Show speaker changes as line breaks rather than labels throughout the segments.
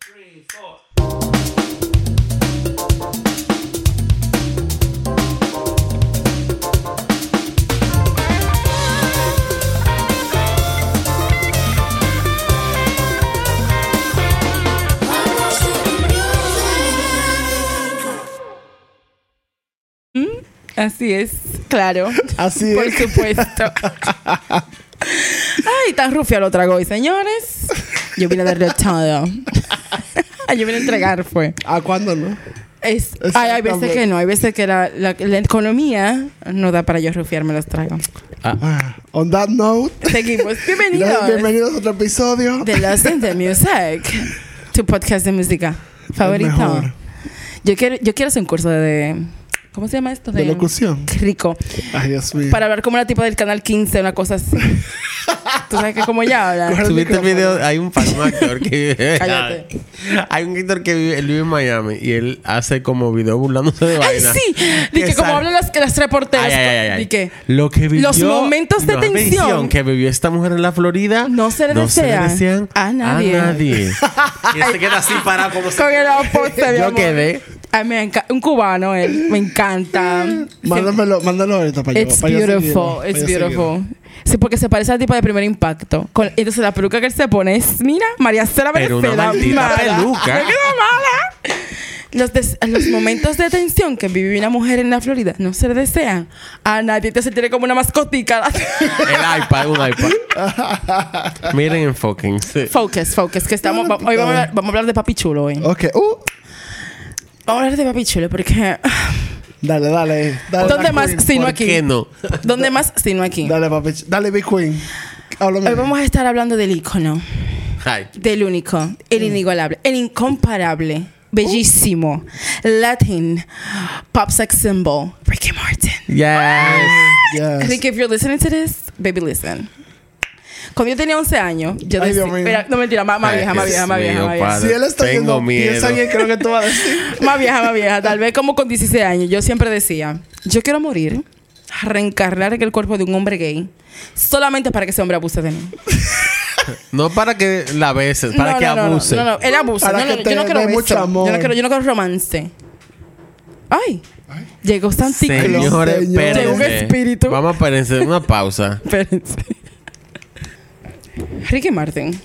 three, four.
Así es, claro.
Así
Por
es.
supuesto. Ay, tan rufia lo trago hoy, señores. Yo vine derrochado. Yo vine a entregar, fue.
¿A Ah, cuándo no?
Es, ay, hay veces que no, hay veces que la, la- la economía no da para yo rufiarme los tragos.
Ah, on that note,
Seguimos. Bienvenidos.
bienvenidos a otro episodio.
de Lost in the Music, tu podcast de música
El mejor.
favorito. Yo quiero, yo quiero hacer un curso de. ¿Cómo se llama esto?
De locución.
Qué rico.
Ay, Dios mío.
Para hablar como una tipa del canal 15, una cosa así. Tú sabes que como ya habla.
Coge-
Subiste el
micrófono.
video, hay un fan un actor que vive.
Cállate.
Hay un actor que vive, él vive en Miami y él hace como video burlándose de
Ay,
vaina.
sí. Dije,
Que
como
sal-
hablan las, las reporteras.
Ay, ay, ay, ay.
Dije,
Lo que vivió,
Los momentos de
no,
tensión.
que vivió esta mujer en la Florida
No se le desean
desean
a nadie.
nadie. y él se queda así parado como si-
con el aporte, mi
Yo
amor.
quedé.
Ay, me enca- un cubano, él. Me encanta.
Mm.
Mándamelo, mándalo ahorita para yo.
It's
para yo
beautiful,
seguirlo, para
it's
yo seguirlo.
beautiful. Sí, porque se parece al tipo de primer impacto. Con- entonces la peluca que él se pone es, mira, María Cera
Pero una
Merceda,
maldita
mala.
peluca.
Me queda mala. Los, des- los momentos de tensión que vive una mujer en la Florida no se le desean a nadie. Entonces tiene como una mascotica.
El iPad, un iPad. Miren, enfoquen. Sí.
focus, focus, que estamos... va- hoy vamos a, hablar, vamos a hablar de papi chulo hoy.
Ok, uh,
Vamos a hablar de papi chulo porque...
dale, dale. dale
¿Dónde
la
más
queen.
sino
¿Por
aquí?
qué no?
¿Dónde más sino aquí?
Dale, papi. Dale, Big Queen. Háblame.
Hoy vamos a estar hablando del icono.
Ay,
del único, el inigualable, el incomparable, bellísimo, Latin, pop sex symbol, Ricky Martin.
Yes.
Yes.
Ricky, if you're listening to this, baby, listen. Cuando yo tenía 11 años, yo
Ay,
decía,
Dios mío.
Mira, no mentira, más, más
Ay,
vieja, más
Dios
vieja, más vieja,
mío,
más vieja.
si él está
Tengo
yendo, piensa
miedo.
bien qué es lo que tú vas a decir.
Más vieja, más vieja. Tal vez como con 16 años, yo siempre decía, yo quiero morir, reencarnar en el cuerpo de un hombre gay, solamente para que ese hombre abuse de mí.
No para que la beses, para
no,
que
no, no,
abuse.
No, no, no, él abusa.
Para
No, no,
que
yo no
te
quiero
dé
beso.
mucho amor.
Yo no quiero, yo no quiero romance. Ay, llegó Santico.
Llegó
Señores,
un
espérense.
espíritu.
Vamos a aparecer una pausa.
Espérense. Ricky Martin.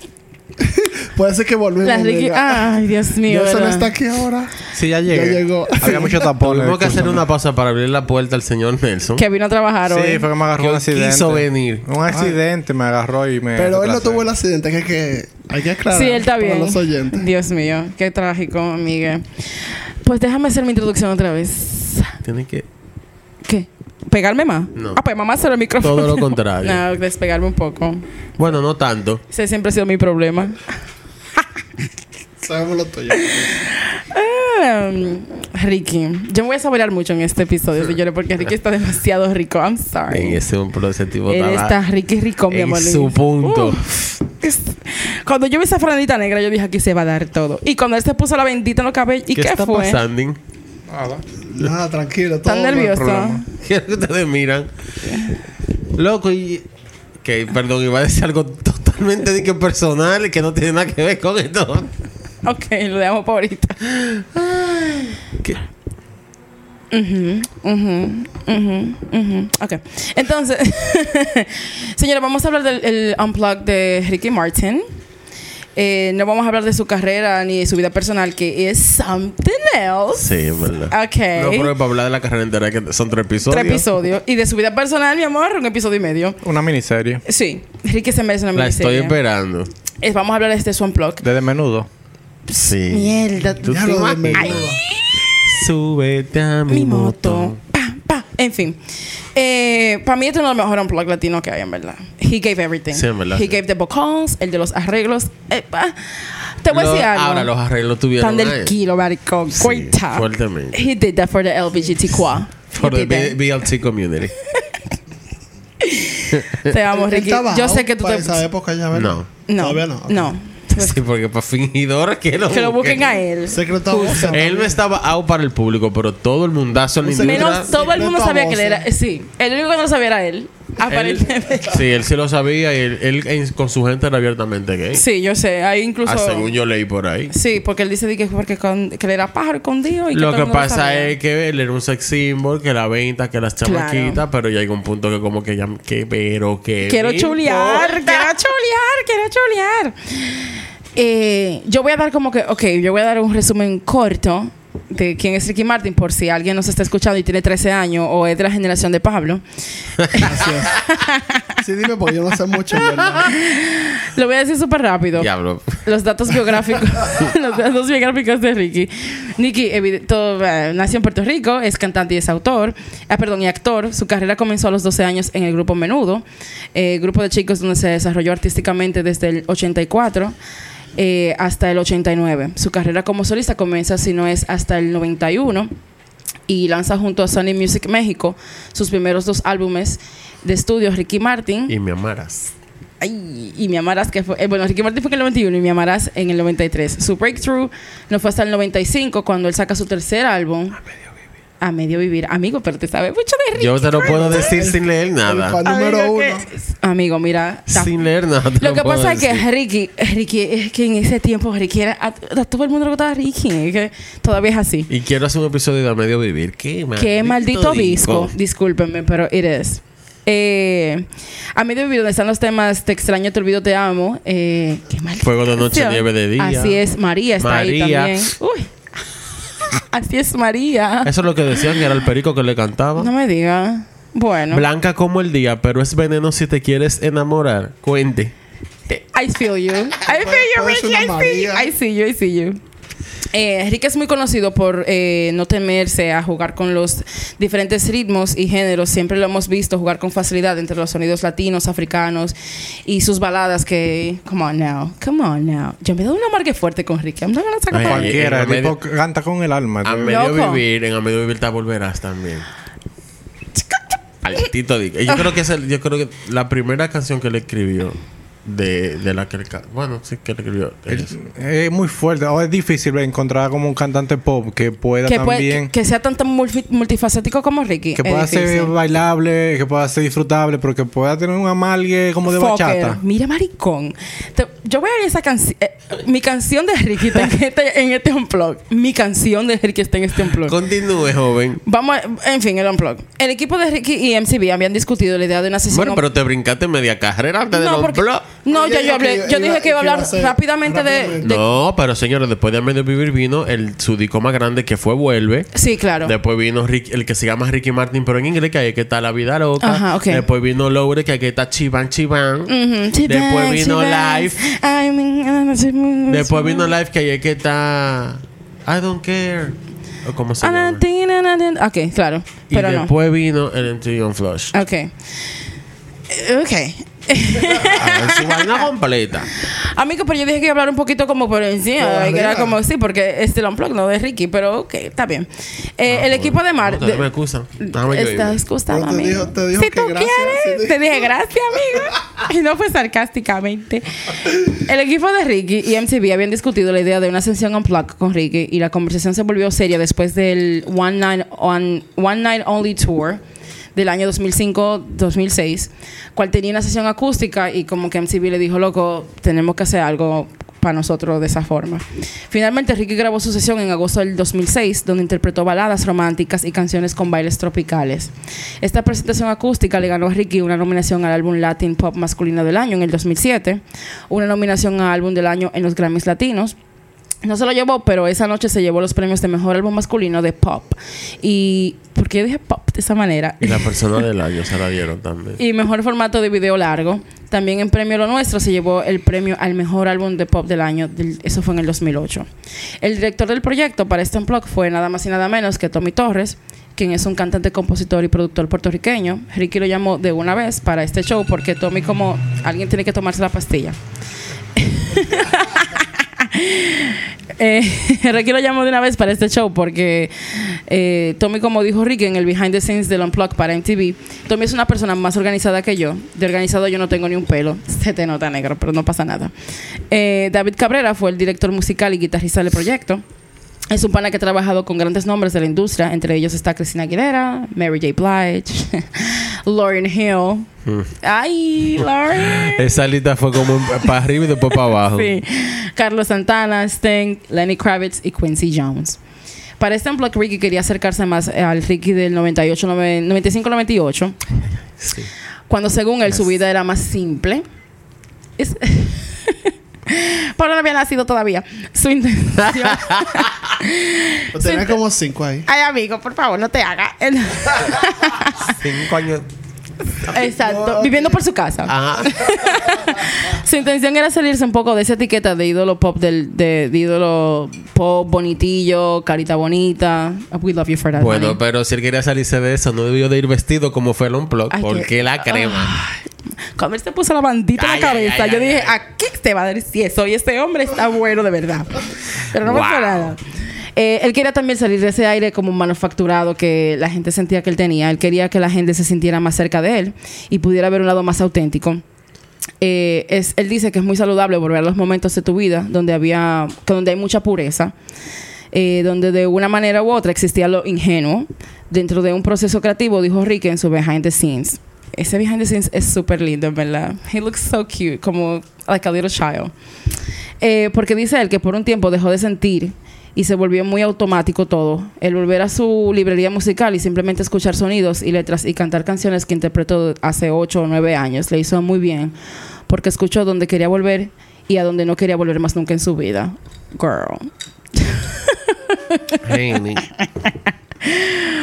Puede ser que volvemos.
La Ricky.
nena.
Ay, Dios mío.
Yo solo
¿verdad?
está aquí ahora.
Sí, ya
Ya
llegué.
llegó.
Había mucho tapón.
Tuvimos que hacer
discúlpame.
una pausa para abrir la puerta al señor Nelson.
Que vino a trabajar hoy.
Sí, fue que me agarró
Que
un
hoy
accidente.
quiso venir.
Un accidente me agarró y me.
Pero él no
retrasé.
tuvo el accidente, que hay que, hay que aclarar.
Sí, él está
Para
bien.
los oyentes.
Dios mío, qué trágico, amiga. Pues déjame hacer mi introducción otra vez.
Tiene que.
¿Qué? ¿Pegarme más?
No.
Ah, pues mamá el micrófono.
Todo lo contrario.
No, despegarme un poco.
Bueno, no tanto.
Ese siempre ha sido mi problema.
Sabemos lo tuyo.
Um, Ricky, yo me voy a saborear mucho en este episodio, señores, porque Ricky está demasiado rico. I'm
En
sorry.
ese un prototipo
Él está rico rico, mi
en
amor.
su punto.
Uf, es- cuando yo vi esa franelita negra, yo dije aquí se va a dar todo. Y cuando él se puso la bendita en los cabellos, ¿y
¿Qué,
qué,
está
fue?
pasando?
Nada.
Nada, tranquilo. todo
Tan
no hay
nervioso.
problema.
Quiero que ustedes miran. Loco, y. Que, perdón, iba a decir algo totalmente de que personal y que no tiene nada que ver con esto.
Ok, lo dejamos para ahorita.
¿Qué?
Ujú, ujú, ujú, ujú. Ok. Entonces, señora, vamos a hablar del el unplug de Ricky Martin. Eh, no vamos a hablar de su carrera ni de su vida personal, que es something else.
Sí, es verdad.
Ok.
No, pero para hablar de la carrera entera, que son tres episodios.
Tres episodios. Y de su vida personal, mi amor, un episodio y medio.
Una miniserie.
Sí, Ricky se merece una
La estoy
miniserie.
esperando.
Eh, Vamos a hablar de este Swan Plug.
Desde menudo.
Sí.
Mierda,
Tú
Ya
te
lo de
imaginas.
menudo.
Súbete a mi,
mi
moto.
moto. Pa, pa. En fin. Eh, para mí este es uno de los mejores unplugged latinos que hay, en verdad. He gave everything.
Sí, en verdad,
He
sí.
gave the vocals, el de los arreglos. Eh, pa. Te voy a decir
Lo-
algo.
Ahora los arreglos tuvieron.
Tan del
ahí.
kilo, maricón.
Sí,
Cuenta.
fuertemente.
He did that for the LBGTQA.
Por el B- BLT community.
Te amo,
Él
Ricky.
estaba
Yo sé que tú
para
te...
esa época ya, ¿verdad?
No.
No.
Todavía no. Ok.
No. Pues,
Sí, porque para fingidor que lo,
Que lo busquen a él.
Secreto a voces
Él no estaba out para el público, pero todo el mundazo en la
Un secreto.
industria.
Menos todo el mundo
Secreto a
sabía que él
voces.
era. Sí, el único que no lo sabía era él. Aparentemente.
Sí, él sí lo sabía y él, él en- con su gente era abiertamente gay.
Sí, yo sé. Ahí incluso.
Ah, según yo leí por ahí.
Sí, porque él dice de que, porque con- que él era pájaro escondido. Y
Lo
todo
que
el mundo
pasa
sabía.
es que él era un sex symbol, que la venta, que las
Claro.
chamaquitas, pero ya llega un punto que como que ya, que pero que...
Quiero
me
chulear,
importa.
quiero chulear, quiero chulear. Eh, yo voy a dar como que, ok, yo voy a dar un resumen corto de quién es Ricky Martin por si alguien nos está escuchando y tiene 13 años o es de la generación de Pablo.
Gracias. Sí, dime, porque yo no sé mucho, en ¿verdad?
Lo voy a decir súper rápido.
Diablo.
Los datos biográficos, los datos biográficos de Ricky. Nicky evi- todo, eh, nació en Puerto Rico, es cantante y es autor, ah, perdón, y actor. Su carrera comenzó a los 12 años en el grupo Menudo, eh, grupo de chicos donde se desarrolló artísticamente desde el 84 eh, hasta el 89. Su carrera como solista comienza, si no es, hasta el 91 y lanza junto a Sony Music México sus primeros dos álbumes de estudio, Ricky Martin.
Y me amaras.
Ay, y mi amarás que fue. eh, bueno, Ricky Martin fue en el 91 y mi amarás en el 93. Su breakthrough no fue hasta el 95 cuando él saca su tercer álbum. A medio vivir. Amigo, pero te sabes mucho de Ricky.
Yo te lo puedo decir sin leer
fan
nada.
número
Amigo,
uno.
que- Amigo, mira. ta-
Sin leer nada. te
Lo que
puedo
pasa es
decir.
que Ricky, Ricky, es que en ese tiempo Ricky era. A, a todo el mundo le gustaba Ricky. es que todavía es así.
Y quiero hacer un episodio de A Medio Vivir. Qué maldito,
Qué maldito disco.
disco.
Discúlpenme, pero it is. Eh, a medio vivir donde están los temas Te extraño, te olvido, te amo. Eh, qué maldita
Fuego de noche,
canción.
nieve de día.
Así es, María está ahí
María.
también. Uy. Así es, María.
Eso es lo que decían, que era el perico que le cantaba.
No me diga. Bueno,
Blanca como el día, pero es veneno si te quieres enamorar. Cuente.
I feel you. I feel you,
Puede ser
Ricky.
una
I feel you.
María.
I see you, I see you. Eh, Ricky es muy conocido por eh, no temerse a jugar con los diferentes ritmos y géneros. Siempre lo hemos visto jugar con facilidad entre los sonidos latinos, africanos y sus baladas que... Come on now, come on now. Yo me doy una marca fuerte con Ricky. I'm not gonna talk
Ay,
about it.
Cualquiera,
en
el
la media- Ah,
tipo canta con el alma.
A
tío.
medio
Ah, Loco.
vivir, en A medio vivir te volverás también. Altito disco. Y Yo creo que es el- yo creo que la primera canción que él escribió de, de la que él ca- bueno, sí que él escribió. es-
Es muy fuerte. O es difícil encontrar como un cantante pop que pueda
Que, puede-
también.
que- que sea tan, tan multi- multifacético como Ricky.
que
Es
pueda ser
difícil.
bailable, que pueda ser disfrutable, pero que pueda tener un amalgue como de
Fucker.
bachata.
Mira, maricón. Te- yo voy a ver esa canción. mi canción de Ricky está en este, en este unplug. Mi canción de Ricky está en este unplug.
Continúe, joven.
Vamos, a- en fin, el unplug. El equipo de Ricky y MCB habían discutido la idea de una sesión.
Bueno, pero te brincaste media carrera antes de
no,
los
porque-
blogs.
no,
Ella
ya yo
dijo que
hablé.
iba-
Yo dije que iba a
que iba a
hablar
ser
rápidamente de.
rápidamente.
de-
No, pero señores, después de A medio vivir vino el su disco más grande que fue Vuelve.
Sí, claro.
Después vino Rick- el que se llama Ricky Martin, pero en inglés, que hay que está La Vida Loca.
Ajá, ok.
Después vino Lowry, que hay que está Chivan Chivan.
Ujú.
Después vino Live.
Ay, me-
Después vino Live, que hay que está I Don't Care. O como
Ah,
se llama.
Ok, claro.
Y
Pero no.
después vino el Entry on Flush.
Ok. Ok.
A ver, su vaina completa.
Amigo, pero yo dije que iba a hablar un poquito como por encima.
Por
que era
arriba.
como sí, porque este el blog no de Ricky, pero ok, está bien. Eh, el equipo de Mar.
No,
de-
me excusan. Déjame yo irme.
Estás gustado,
Pero te
amigo.
dijo- te dijo
si
que
tú
gracias,
quieres,
sí,
te
te-
dije gracias, amigo. Y no fue sarcásticamente. El equipo de Ricky y MTV habían discutido la idea de una sesión unplugged con Ricky y la conversación se volvió seria después del One Night, on, One Night Only Tour del año 2005-2006, cual tenía una sesión acústica y como que MTV le dijo, loco, tenemos que hacer algo para nosotros de esa forma. Finalmente, Ricky grabó su sesión en agosto del 2006, donde interpretó baladas románticas y canciones con bailes tropicales. Esta presentación acústica le ganó a Ricky una nominación al álbum Latin Pop Masculino del Año en el 2007, una nominación a álbum del año en los Grammys Latinos. No se lo llevó, pero esa noche se llevó los premios de mejor álbum masculino de pop. Y. ¿Por qué dije pop de esa manera?
Y la persona del año se la dieron también.
Y mejor formato de video largo. También en Premio Lo Nuestro se llevó el premio al mejor álbum de pop del año. del- eso fue en el 2008. El director del proyecto para este blog fue nada más y nada menos que Tommy Torres, quien es un cantante, compositor y productor puertorriqueño. Ricky lo llamó de una vez para este show porque Tommy como alguien tiene que tomarse la pastilla. Eh, Ricky lo llamó de una vez para este show porque eh, Tommy, como dijo Ricky en el behind the scenes del Unplugged para MTV, Tommy es una persona más organizada que yo. De organizado yo no tengo ni un pelo. Se te nota negro, pero no pasa nada. Eh, David Cabrera fue el director musical y guitarrista del proyecto. Es un pana que ha trabajado con grandes nombres de la industria. Entre ellos está Cristina Aguilera, Mary J. Blige, Lauren Hill. ¡Ay, Lauren!
Esa lista fue como para arriba y después para abajo.
Sí. Carlos Santana, Sting, Lenny Kravitz y Quincy Jones. Para este unplug, Ricky quería acercarse más al Ricky del 98, 95-98,
Sí.
cuando según él su vida era más simple. Es- Pero no había nacido todavía. Su intención.
Tenía como cinco ahí.
Ay, amigo, por favor, no te hagas.
Cinco años.
Exacto. Viviendo por su casa.
Ajá.
Su intención era salirse un poco de esa etiqueta de ídolo pop, del, de, de ídolo pop bonitillo, carita bonita. We love you for that.
Bueno,
honey.
pero si él quería salirse de eso, no debió de ir vestido como fue el Unplugged.
Ay,
porque
qué- Ah.
la crema.
Cuando él se puso la bandita en
Ay,
la
ay,
cabeza,
ay,
yo
ay,
dije,
ay.
aquí te va a dar si eso. Y este hombre está bueno de verdad. Pero no pasó
Wow.
nada. Eh, él quería también salir de ese aire como manufacturado que la gente sentía que él tenía. Él quería que la gente se sintiera más cerca de él y pudiera ver un lado más auténtico. Eh, es, él dice que es muy saludable volver a los momentos de tu vida donde había, que donde hay mucha pureza, eh, donde de una manera u otra existía lo ingenuo dentro de un proceso creativo, dijo Ricky en su behind the scenes. Ese behind the scenes es súper lindo, en verdad. He looks so cute, como like a little child. Eh, porque dice él que por un tiempo dejó de sentir y se volvió muy automático todo. El volver a su librería musical y simplemente escuchar sonidos y letras y cantar canciones que interpretó hace ocho o nueve años le hizo muy bien porque escuchó donde quería volver y a donde no quería volver más nunca en su vida. Girl.
Hey,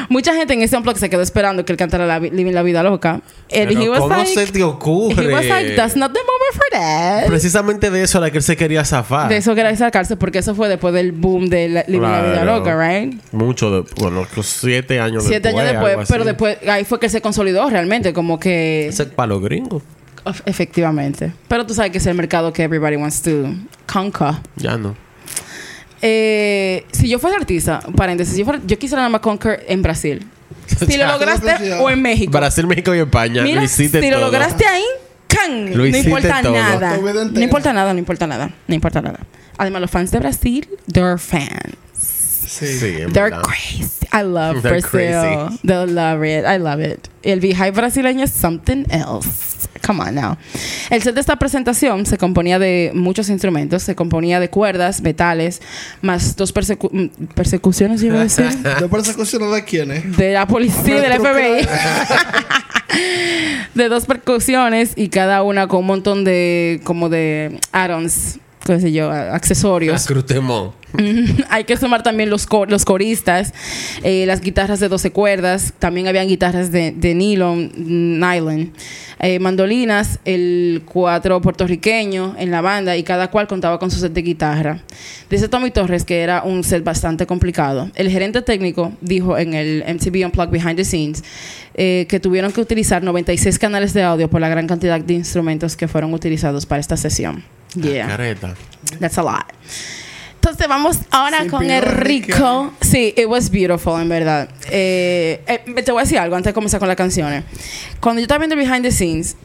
Mucha gente en ese unplug se quedó esperando que él cantara la vi- Living la Vida Loca. And
Pero
he was
¿Cómo
like,
se te
he was like,
ocurre?
that's not the moment for that.
Precisamente de eso a la que él se quería zafar.
De eso quería sacarse porque eso fue después del boom de la- Living la Vida
Claro.
Loca, right?
Mucho de, bueno, los siete años
Siete
después.
años
algo
después,
así.
pero después ahí fue que se consolidó realmente, como que
Ese es para los gringos.
Ef- efectivamente. Pero tú sabes que es el mercado que everybody wants to conquer.
Ya no.
Eh, si yo fuera artista, paréntesis, si yo, fuera- yo quisiera nada más conquer en Brasil. Si lo
Ya.
lograste o en México.
Brasil, México y España.
Mira,
lo
si
hiciste
lo
todo.
lograste ahí, can.
Lo
no
hiciste
importa
todo.
nada.
Tu vida
No
entera.
importa nada, no importa nada. No importa nada. Además, los fans de Brasil, they're fans.
Sí.
Sí, en
They're
verdad.
crazy. I love
They're
Brazil.
crazy.
They love it. I love it. El Beehive brasileño es something else. Come on now. El set de esta presentación se componía de muchos instrumentos. Se componía de cuerdas, metales, más dos persecu- mm, persecuciones, iba a decir.
¿No persecuciones de quiénes?
De la policía y del FBI. de dos percusiones y cada una con un montón de, como de add-ons, qué sé yo, accesorios.
Escrutemón.
Ujú. Hay que sumar también los, co- los coristas, eh, las guitarras de 12 cuerdas, también habían guitarras de, de nylon, nylon, eh, mandolinas, el cuatro puertorriqueño en la banda y cada cual contaba con su set de guitarra. Dice Tommy Torres que era un set bastante complicado. El gerente técnico dijo en el MTV Unplugged Behind the Scenes eh, que tuvieron que utilizar 96 canales de audio por la gran cantidad de instrumentos que fueron utilizados para esta sesión. Yeah.
Careta.
That's a lot. Entonces vamos ahora
Se
con
empinó
el rico. Sí, it was beautiful, en verdad. Eh, eh, te voy a decir algo antes de comenzar con las canciones. Cuando yo estaba viendo Behind the Scenes,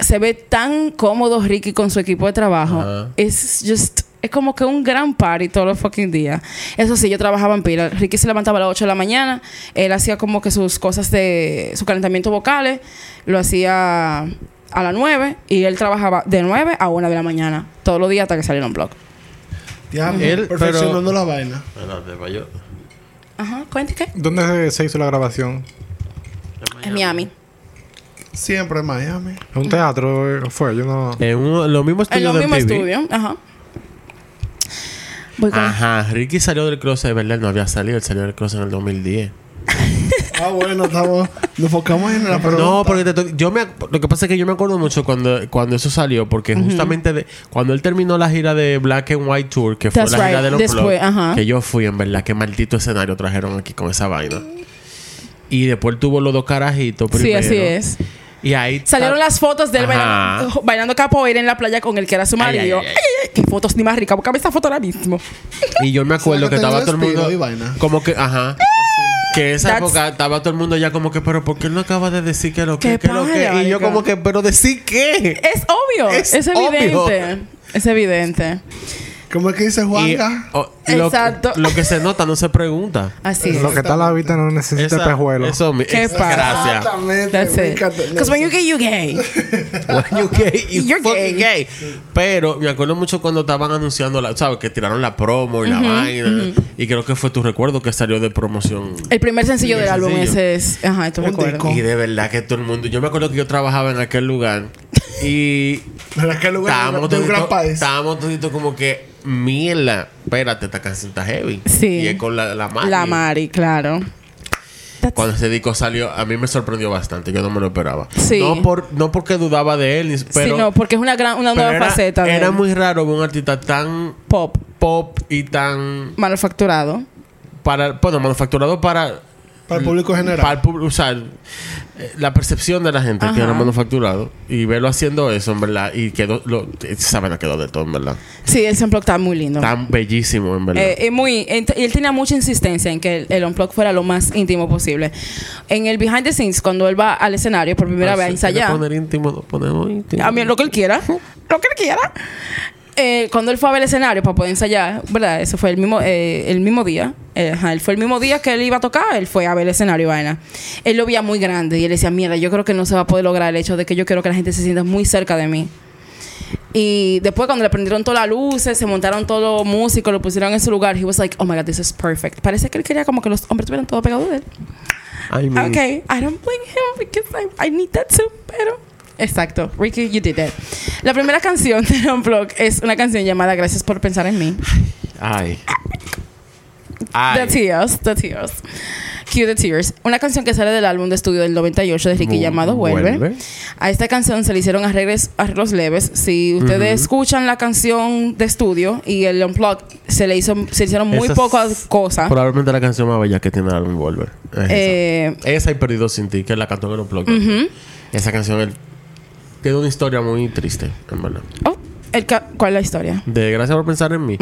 se ve tan cómodo Ricky con su equipo de trabajo.
Ajá.
Es just... Es como que un gran party todos los fucking días. Eso sí, yo trabajaba en pila. Ricky se levantaba a las 8 de la mañana. Él hacía como que sus cosas de... Su calentamiento vocales. Lo hacía a las 9. Y él trabajaba de 9 a 1 de la mañana. Todos los días hasta que saliera un blog.
Ya,
Él,
perfeccionando la vaina.
Espérate, pa' yo.
Ajá. Cuente qué.
¿Dónde se- se hizo la grabación?
En Miami.
Siempre en Miami.
¿En un teatro eh, fue? Yo no...
En uno- los mismos
En
estudios
los
de
mismos
MTV.
estudios. Ajá. Voy con-
Ajá, Ricky salió del closet, ¿verdad? Él No había salido, él salió del closet en el 2010.
Ah, bueno, estamos. Nos enfocamos en la pregunta.
No, porque te estoy- yo me, ac- lo que pasa es que yo me acuerdo mucho cuando, cuando eso salió, porque justamente de- cuando él terminó la gira de Black and White Tour, que fue
That's
la gira
right,
de los
después, ajá.
que yo fui, en verdad, qué maldito escenario trajeron aquí con esa vaina. Y después él tuvo los dos carajitos
Sí,
primero.
así es.
Y ahí
Salieron
ta-
las fotos de él
Ah. Ajá.
bailando, bailando capoeira en la playa con el que era su
Ay, ay,
marido.
ay, ay.
Ay, ay, ay, qué fotos ni más rica. Búscame esa foto ahora mismo.
Y yo me acuerdo que
Saca
estaba todo
todo
el
el
mundo
respiro y vaina.
como que ajá. Que esa
That's-
época estaba todo el mundo ya como que, pero ¿por qué él no acaba de decir que lo
Qué
que, que lo
paja,
que? Y yo
marica. Eh,
como que, pero decir qué.
Es obvio.
Es
Es, evidente.
obvio.
Es evidente.
¿Cómo es que dice
Y,
Juanga?
o- lo,
Exacto.
lo que se nota no se pregunta.
Así
Lo
es.
que está la vista no necesita
Esa-
pejuelo.
Eso mi-
¿Qué
es-
pasa?
Gracias.
Exactamente.
That's
me
it.
encanta.
Because when you gay, you gay.
When you gay, you
You're
fucking
gay.
gay. Pero me acuerdo mucho cuando estaban anunciando, la, ¿sabes? Que tiraron la promo y la vaina. Y creo que fue tu recuerdo que salió de promoción.
El primer sencillo
Sí,
del
el
álbum
sencillo.
ese es. Ajá, esto
Un
recuerdo.
disco.
Y de verdad que todo el mundo. Yo me acuerdo que yo trabajaba en aquel lugar y
¿Verdad que el lugar
estábamos
de un gran
todito-
país?
estábamos toditos como que mierda. Espérate, esta canción está heavy.
Sí.
Y es con la, la Mari.
La Mari, claro. That's-
Cuando ese disco salió, a mí me sorprendió bastante. Yo no me lo esperaba.
Sí.
No, por, no porque dudaba de él, ni- pero,
sí, no, porque es una gran, una
pero
nueva
era,
faceta de
era
él.
muy raro ver un artista tan
pop
pop y tan
manufacturado.
para bueno manufacturado para Mm.
Para el público general.
para el pub- o sea, eh, la percepción de la gente que
Ajá.
era manufacturado y verlo haciendo eso en verdad y quedó lo eh, saben quedó de todo en verdad
Sí, el sample está muy lindo.
tan bellísimo en verdad
Eh, eh, muy, ent- y él tenía mucha insistencia en que el, el unplug fuera lo más íntimo posible. En el behind the scenes, cuando él va al escenario por primera
Ah,
vez a
sí,
ensayar,
quiere poner íntimo lo ponemos íntimo
a mí lo que él quiera, lo que él quiera. Eh, cuando él fue a ver el escenario para poder ensayar, ¿verdad? Eso fue el mismo, eh, el mismo día. Eh, ajá, él fue el mismo día que él iba a tocar, él fue a ver el escenario, y vaina. Él lo veía muy grande y él decía, mierda, yo creo que no se va a poder lograr el hecho de que yo quiero que la gente se sienta muy cerca de mí. Y después cuando le prendieron todas las luces, se montaron todos los músicos, lo pusieron en su lugar, he was like, oh my God, this is perfect. Parece que él quería como que los hombres estuvieran todos pegados de él.
Ay, mi-
Okay, I don't blame him because I, I need that too, pero... Exacto, Ricky, you did it. La primera canción de Unplug es una canción llamada Gracias por pensar en mí.
ay ay
The Tears, The Tears. Cue the Tears. Una canción que sale del álbum de estudio del 98 de Ricky
Vu-
llamado Vuelve.
Vuelve.
A esta canción se le hicieron arregles- arreglos leves. Si ustedes escuchan la canción de estudio y el Unplug, se le, hizo, se le hicieron muy
Esa es
pocas cosas.
probablemente la canción más bella que tiene el álbum Volver Es
Eh,
esa. esa y Perdido sin ti que la cantó en el blog esa canción él- tiene una historia muy triste en verdad
oh, el ca- ¿Cuál es la historia?
De Gracias por pensar en mí.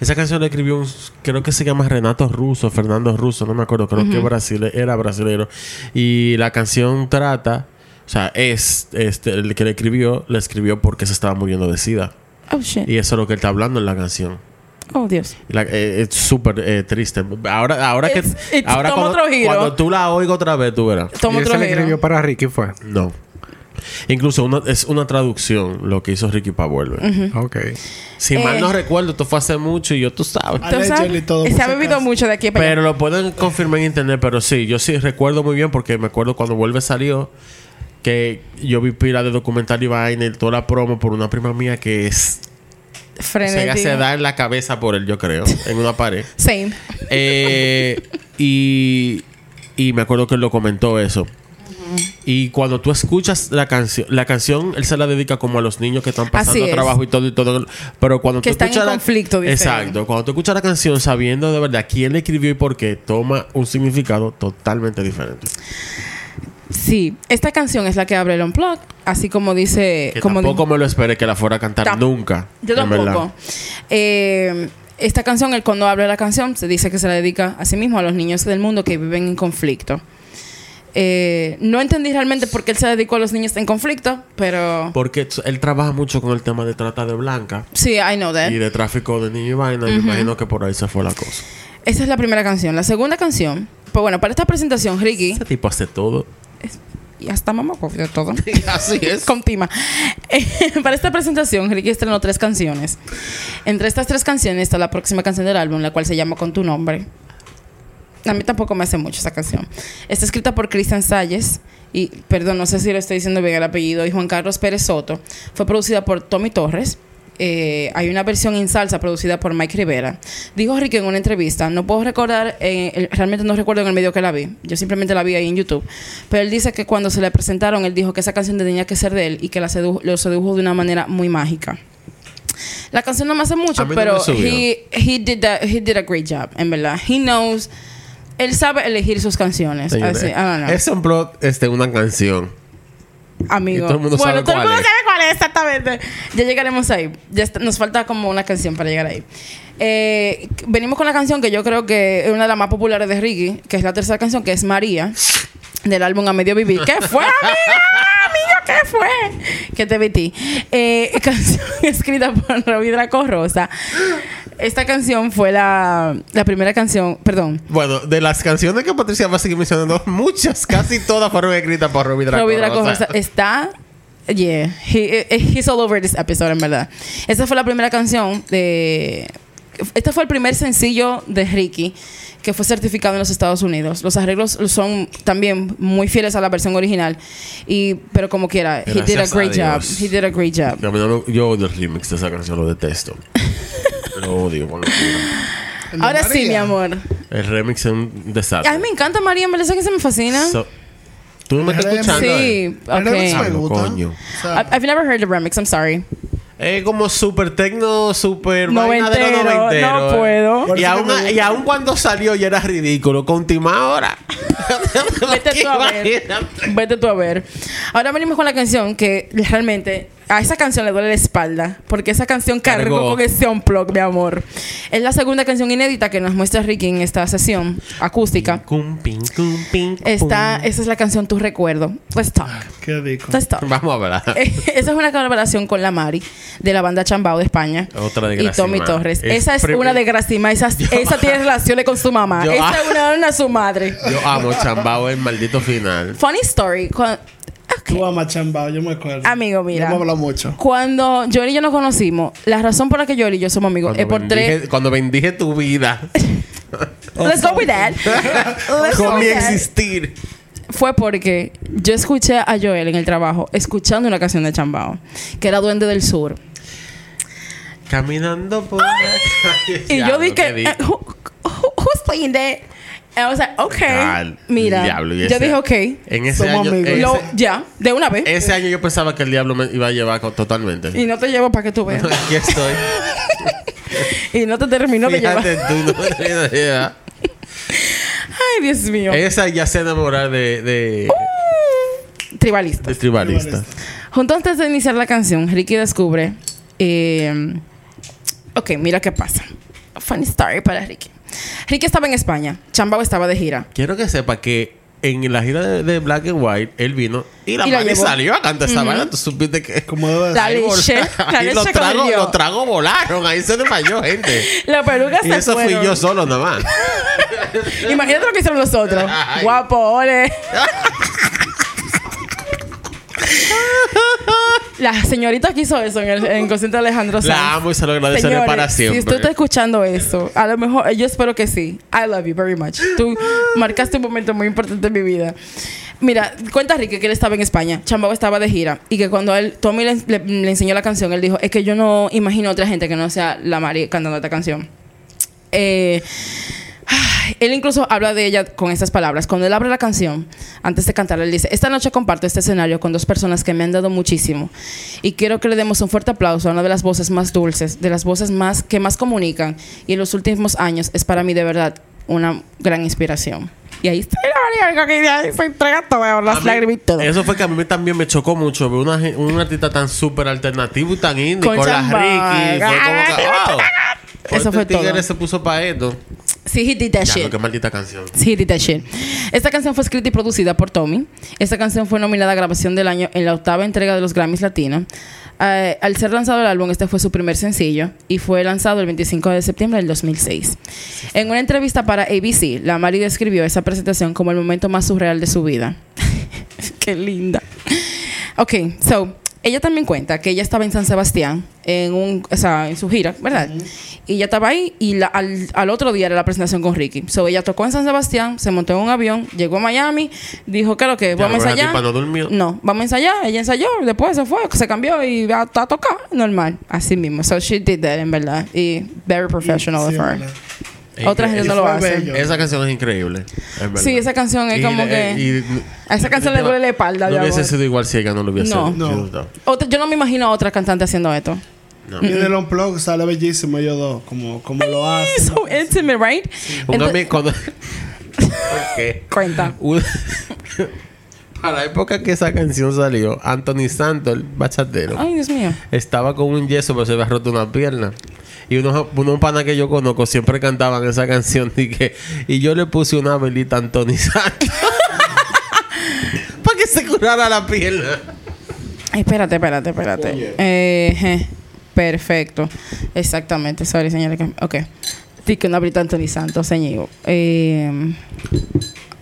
Esa canción la escribió un, creo que se llama Renato Russo, Fernando Russo, no me acuerdo, creo que Brasil, era brasileño. Y la canción trata, o sea, es este, el que la escribió, la escribió porque se estaba muriendo de SIDA.
Oh, shit.
Y eso es lo que él está hablando en la canción.
Oh, Dios.
La- eh, es súper eh, triste. Ahora, ahora que.
It's- it's-
ahora
toma
cuando,
otro giro.
cuando tú la oigas otra vez, tú verás.
Toma
y
otro
ese le
giro.
escribió para Ricky fue.
No. Incluso una- es una traducción lo que hizo Ricky para volver.
Ok.
Si
Eh.
mal no recuerdo, esto fue hace mucho y yo tú sabes.
Entonces,
Allegedly todo, por
se ha
si
bebido
acaso.
mucho de aquí para
Pero
allá.
lo pueden confirmar en internet, pero sí, yo sí recuerdo muy bien porque me acuerdo cuando vuelve salió que yo vi pila de documental y vaina y toda la promo por una prima mía que es
Frenético.
se, se da en la cabeza por él, yo creo, en una pared.
Same.
Eh, y, y me acuerdo que él lo comentó eso. Y cuando tú escuchas la canción, la canción él se la dedica como a los niños que están
Así
pasando
es.
trabajo y todo y todo. Pero cuando
Que
tú
están en
escuchas la-
conflicto, dice
Exacto. Cuando tú escuchas la canción sabiendo de verdad quién le escribió y por qué, toma un significado totalmente diferente.
Sí, esta canción es la que abre el unplug, así como dice,
Que
Eh, como
tampoco
di-
me lo esperé que la fuera a cantar
Tam-
nunca.
yo
en verdad.
tampoco. Eh, esta canción, él cuando abre la canción, se dice que se la dedica a sí mismo a los niños del mundo que viven en conflicto. Eh, no entendí realmente por qué él se dedicó a los niños en conflicto, pero
Porque t- él trabaja mucho con el tema de trata de blanca
sí, I know that.
y de tráfico de niños y vaina. Me imagino que por ahí se fue la cosa.
Esa es la primera canción. La segunda canción, pues bueno, para esta presentación, Ricky
Ese tipo hace todo.
y hasta mamá pues, de todo.
Así es.
con Tima. Eh, para esta presentación, Ricky estrenó tres canciones. Entre estas tres canciones está la próxima canción del álbum, la cual se llama Con tu nombre. A mí tampoco me hace mucho esa canción. Está escrita por Cristian Salles y, perdón, no sé si lo estoy diciendo bien el apellido, y Juan Carlos Pérez Soto. Fue producida por Tommy Torres. Eh, hay una versión en salsa producida por Mike Rivera. Dijo Ricky en una entrevista, no puedo recordar, eh, el- realmente no recuerdo en el medio que la vi, yo simplemente la vi ahí en YouTube, pero él dice que cuando se le presentaron, él dijo que esa canción tenía que ser de él y que la sedujo, lo sedujo de una manera muy mágica. La canción no me hace mucho,
A mí no
pero
me subió.
he, he did that- he did a great job, en verdad. He knows, él sabe elegir sus canciones.
Señores,
Así, ah, I don't know.
Es un plot, este, una canción.
Amigo.
Y todo el mundo
bueno,
sabe
todo el
cuál
mundo
es.
sabe cuál es, exactamente. Ya llegaremos ahí. Ya está- nos falta como una canción para llegar ahí. Eh, venimos con la canción que yo creo que es una de las más populares de Ricky, que es la tercera canción, que es María, del álbum A Medio Vivir. ¿Qué fue, amiga? Amiga, ¿qué fue? Que te metí. Eh, canción escrita por Robbie Corrosa. Esta canción fue la, la primera canción, perdón,
Bueno, de las canciones que Patricia va a seguir mencionando, muchas, casi todas fueron escritas por Robbie Draco.
Robbie Draco
o sea,
Rosa eh. está. Yeah, he, eh, he's all over this episode, en verdad. Esa fue la primera canción de. Este fue el primer sencillo de Ricky que fue certificado en los Estados Unidos. Los arreglos son también muy fieles a la versión original. Y, pero como quiera, he did a
Gracias a
great job.
Dios.
He did a great job.
a mí no me- yo odio el remix de esa canción, lo detesto. lo odio con locura.
Ahora sí, mi
María.
amor.
El remix es un desastre.
A mí me encanta María, en verdad, ¿sabes que se me fascina.
So- ¿Tú no me estás
El remix.
escuchando? eh?
sí,
El remix
Ah, ok. Ah,
me
Hablo,
gusta.
coño.
O sea,
I- I've never heard the remix, I'm sorry.
Es como super tecno, super vaina de los
Noventero,
noventeros. eh.
no puedo.
Y aún, y aún cuando salió ya era ridículo. Continúa ahora.
Vete tú a ver. Vete tú a ver. Ahora venimos con la canción que realmente a esa canción le duele la espalda. Porque esa canción cargó,
Cargó.
con ese unplug, mi amor. Es la segunda canción inédita que nos muestra Ricky en esta sesión acústica.
Cum, pim, cum, pim, cum.
Esta, esa es la canción Tu Recuerdo. Let's talk.
Qué rico.
Let's talk.
Vamos a hablar.
Eh, Esa es una colaboración con la Mari de la banda Chambao de España.
Otra de
Y Tommy
Gracima.
Torres.
Es
esa es
prim-
una de Gracima. Esa, esa tiene relaciones con su mamá.
Yo-
esa es una, una su madre.
Yo amo Chambao el maldito final.
Funny story. cua- Ok.
Tú amas chambao, yo me acuerdo.
Amigo, mira.
Yo me hablo mucho.
Cuando Joel y yo nos conocimos, la razón por la que Joel y yo somos amigos
Cuando,
es eh, por
bendije,
tres.
cuando bendije tu vida
Let's go with that. Let's go
"Oh, con mi
with that.
existir.
Fue porque yo escuché a Joel en el trabajo escuchando una canción de Chambao, que era Duende del Sur.
Caminando por la calle.
Y yo
Diablo,
dije,
¿qué di?
eh, who, who- who's playing that? And I was like, okay.
Al
mira.
diablo, y
yo
ese-
dije, okay.
En ese
Somos
año,
amigos.
ese-
Lo- ya, de una vez.
ese año yo pensaba que el diablo me iba a llevar con- totalmente.
y no te llevo para que tú veas.
Aquí estoy.
y no te terminó de llevar.
Fíjate tú, no tienes idea.
Ay, Dios mío.
Esa ya se enamora de,
Uh.
de,
Tribalista.
de tribalista.
Junto antes de iniciar la canción, Ricky descubre. eh, ok, mira qué pasa. Funny story para Ricky. Ricky estaba en España. Chambao estaba de gira.
Quiero que sepa que en la gira de, de Black and White, él vino y la
Y la
madre
llevó.
salió a cantar esa vaina. Tú supiste que.
Como debe de
La
ser.
Ahí vol-
leche. La
ahí los
leche
tragos
corrió.
los tragos volaron. Ahí se desmayó gente.
La peluca
Y
se
eso fui
fueron.
yo solo nada más.
Imagínate lo que hicieron los otros.
Ay.
Guapo, ole. La señorita que hizo eso en el en concierto de Alejandro Sanz.
La amo y se lo agradeceré
Señores,
para
Si
siempre.
usted está escuchando eso, a lo mejor, yo espero que sí. I love you very much. Tú marcaste un momento muy importante en mi vida. Mira, cuenta Ricky que él estaba en España, Chambao estaba de gira y que cuando él, Tommy le, le- le enseñó la canción, él dijo, es que yo no imagino otra gente que no sea la Mari cantando esta canción. Eh, él incluso habla de ella con estas palabras. Cuando él abre la canción, antes de cantarla, él dice, esta noche comparto este escenario con dos personas que me han dado muchísimo. Y quiero que le demos un fuerte aplauso a una de las voces más dulces, de las voces más que más comunican. Y en los últimos años es para mí de verdad una gran inspiración. Y ahí está la María, que ya se entrega todas
A
las
mí-
lágrimas y todo.
Eso fue que a mí también me chocó mucho ver una, gen- un artista tan súper alternativo y tan indie
Con
con, las
chamba.
Ricky. Fue como que, wow.
Eso
Este
fue todo.
tigre se puso para esto.
Sí, he did that
Ya,
shit.
lo que maldita canción.
Sí, did that shit. Esta canción fue escrita y producida por Tommy. Esta canción fue nominada a grabación del año en la octava entrega de los Grammys Latinos. Eh, al ser lanzado el álbum, este fue su primer sencillo y fue lanzado el 25 de septiembre del 2006. En una entrevista para ABC, la Mari describió esa presentación como el momento más surreal de su vida. Qué linda. Ok, so, ella también cuenta que ella estaba en San Sebastián, en un, o sea, en su gira, ¿verdad? Y ella estaba ahí y la- al, al otro día era la presentación con Ricky. So, ella tocó en San Sebastián, se montó en un avión, llegó a Miami, dijo, ¿qué lo que?
Ya,
Vamos
pero
a
la
ensayar.
tipa no durmió.
No, vamos a ensayar. Ella ensayó, después se fue, se cambió y va a, a tocar. Normal, así mismo. So, she did that, en verdad. Y very professional
Sí,
of her.
verdad.
Otra gente no lo
Fue
hace.
bello.
Esa canción es increíble. es verdad.
Sí, esa canción es
Y
como
le-
que-
y-
A esa canción le duele la espalda, mi
No hubiese
amor.
sido igual si ella no lo hubiese
No.
No.
disfrutado.
Otra- yo no me imagino a otra cantante haciendo esto. Mm.
No.
Y del unplug sale bellísimo ellos dos, como, como lo hacen.
So intimate, right?
Un
Entonces-
ami- cuando- ¿Por qué?
Cuenta.
Un- Para la época que esa canción salió, Anthony Santos, el bachatero,
Ay, Dios mío.
estaba con un yeso, pero se había roto una pierna. Y unos, unos panas que yo conozco siempre cantaban esa canción. Y, que, y yo le puse una velita a Anthony Santos. Para que se curara la pierna.
Espérate, espérate,
Oh,
espérate. Eh, je, perfecto. Exactamente. Sorry, señora. que- Ok. Sí, que no abrí tanto ni santo, señor. Eh,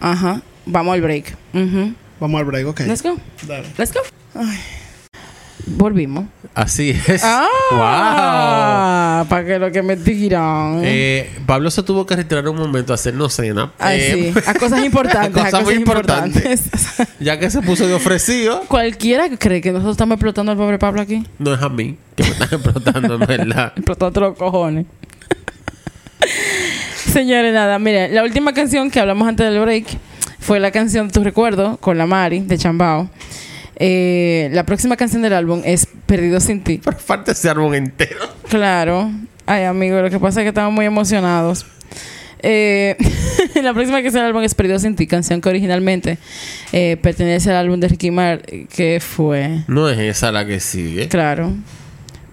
ajá. Vamos al break. Ujú.
Vamos al break, ok.
Let's go.
Dale.
Let's go. Ay. Volvimos.
Así es. ¡Wow!
Ah, Mm. Para que lo que me tiran.
Eh, Pablo se tuvo que retirar un momento a hacernos cena.
Ay,
Eh,
sí. A cosas importantes.
a cosas muy
importantes.
Ya que se puso de ofrecido,
Cualquiera que cree que nosotros estamos explotando al pobre Pablo aquí.
no es a mí que me están explotando, en verdad.
Explotando los cojones. Señores, nada, miren, la última canción que hablamos antes del break fue la canción Tu Recuerdo con la Mari de Chambao. Eh, la próxima canción del álbum es Perdido sin ti.
Pero falta ese árbol entero.
Claro. Ay, amigo, lo que pasa es que estamos muy emocionados. Eh, la próxima que sale el álbum es Perdido sin ti, canción que originalmente eh, pertenece al álbum de Ricky Mar, que fue.
No es esa la que sigue.
Claro.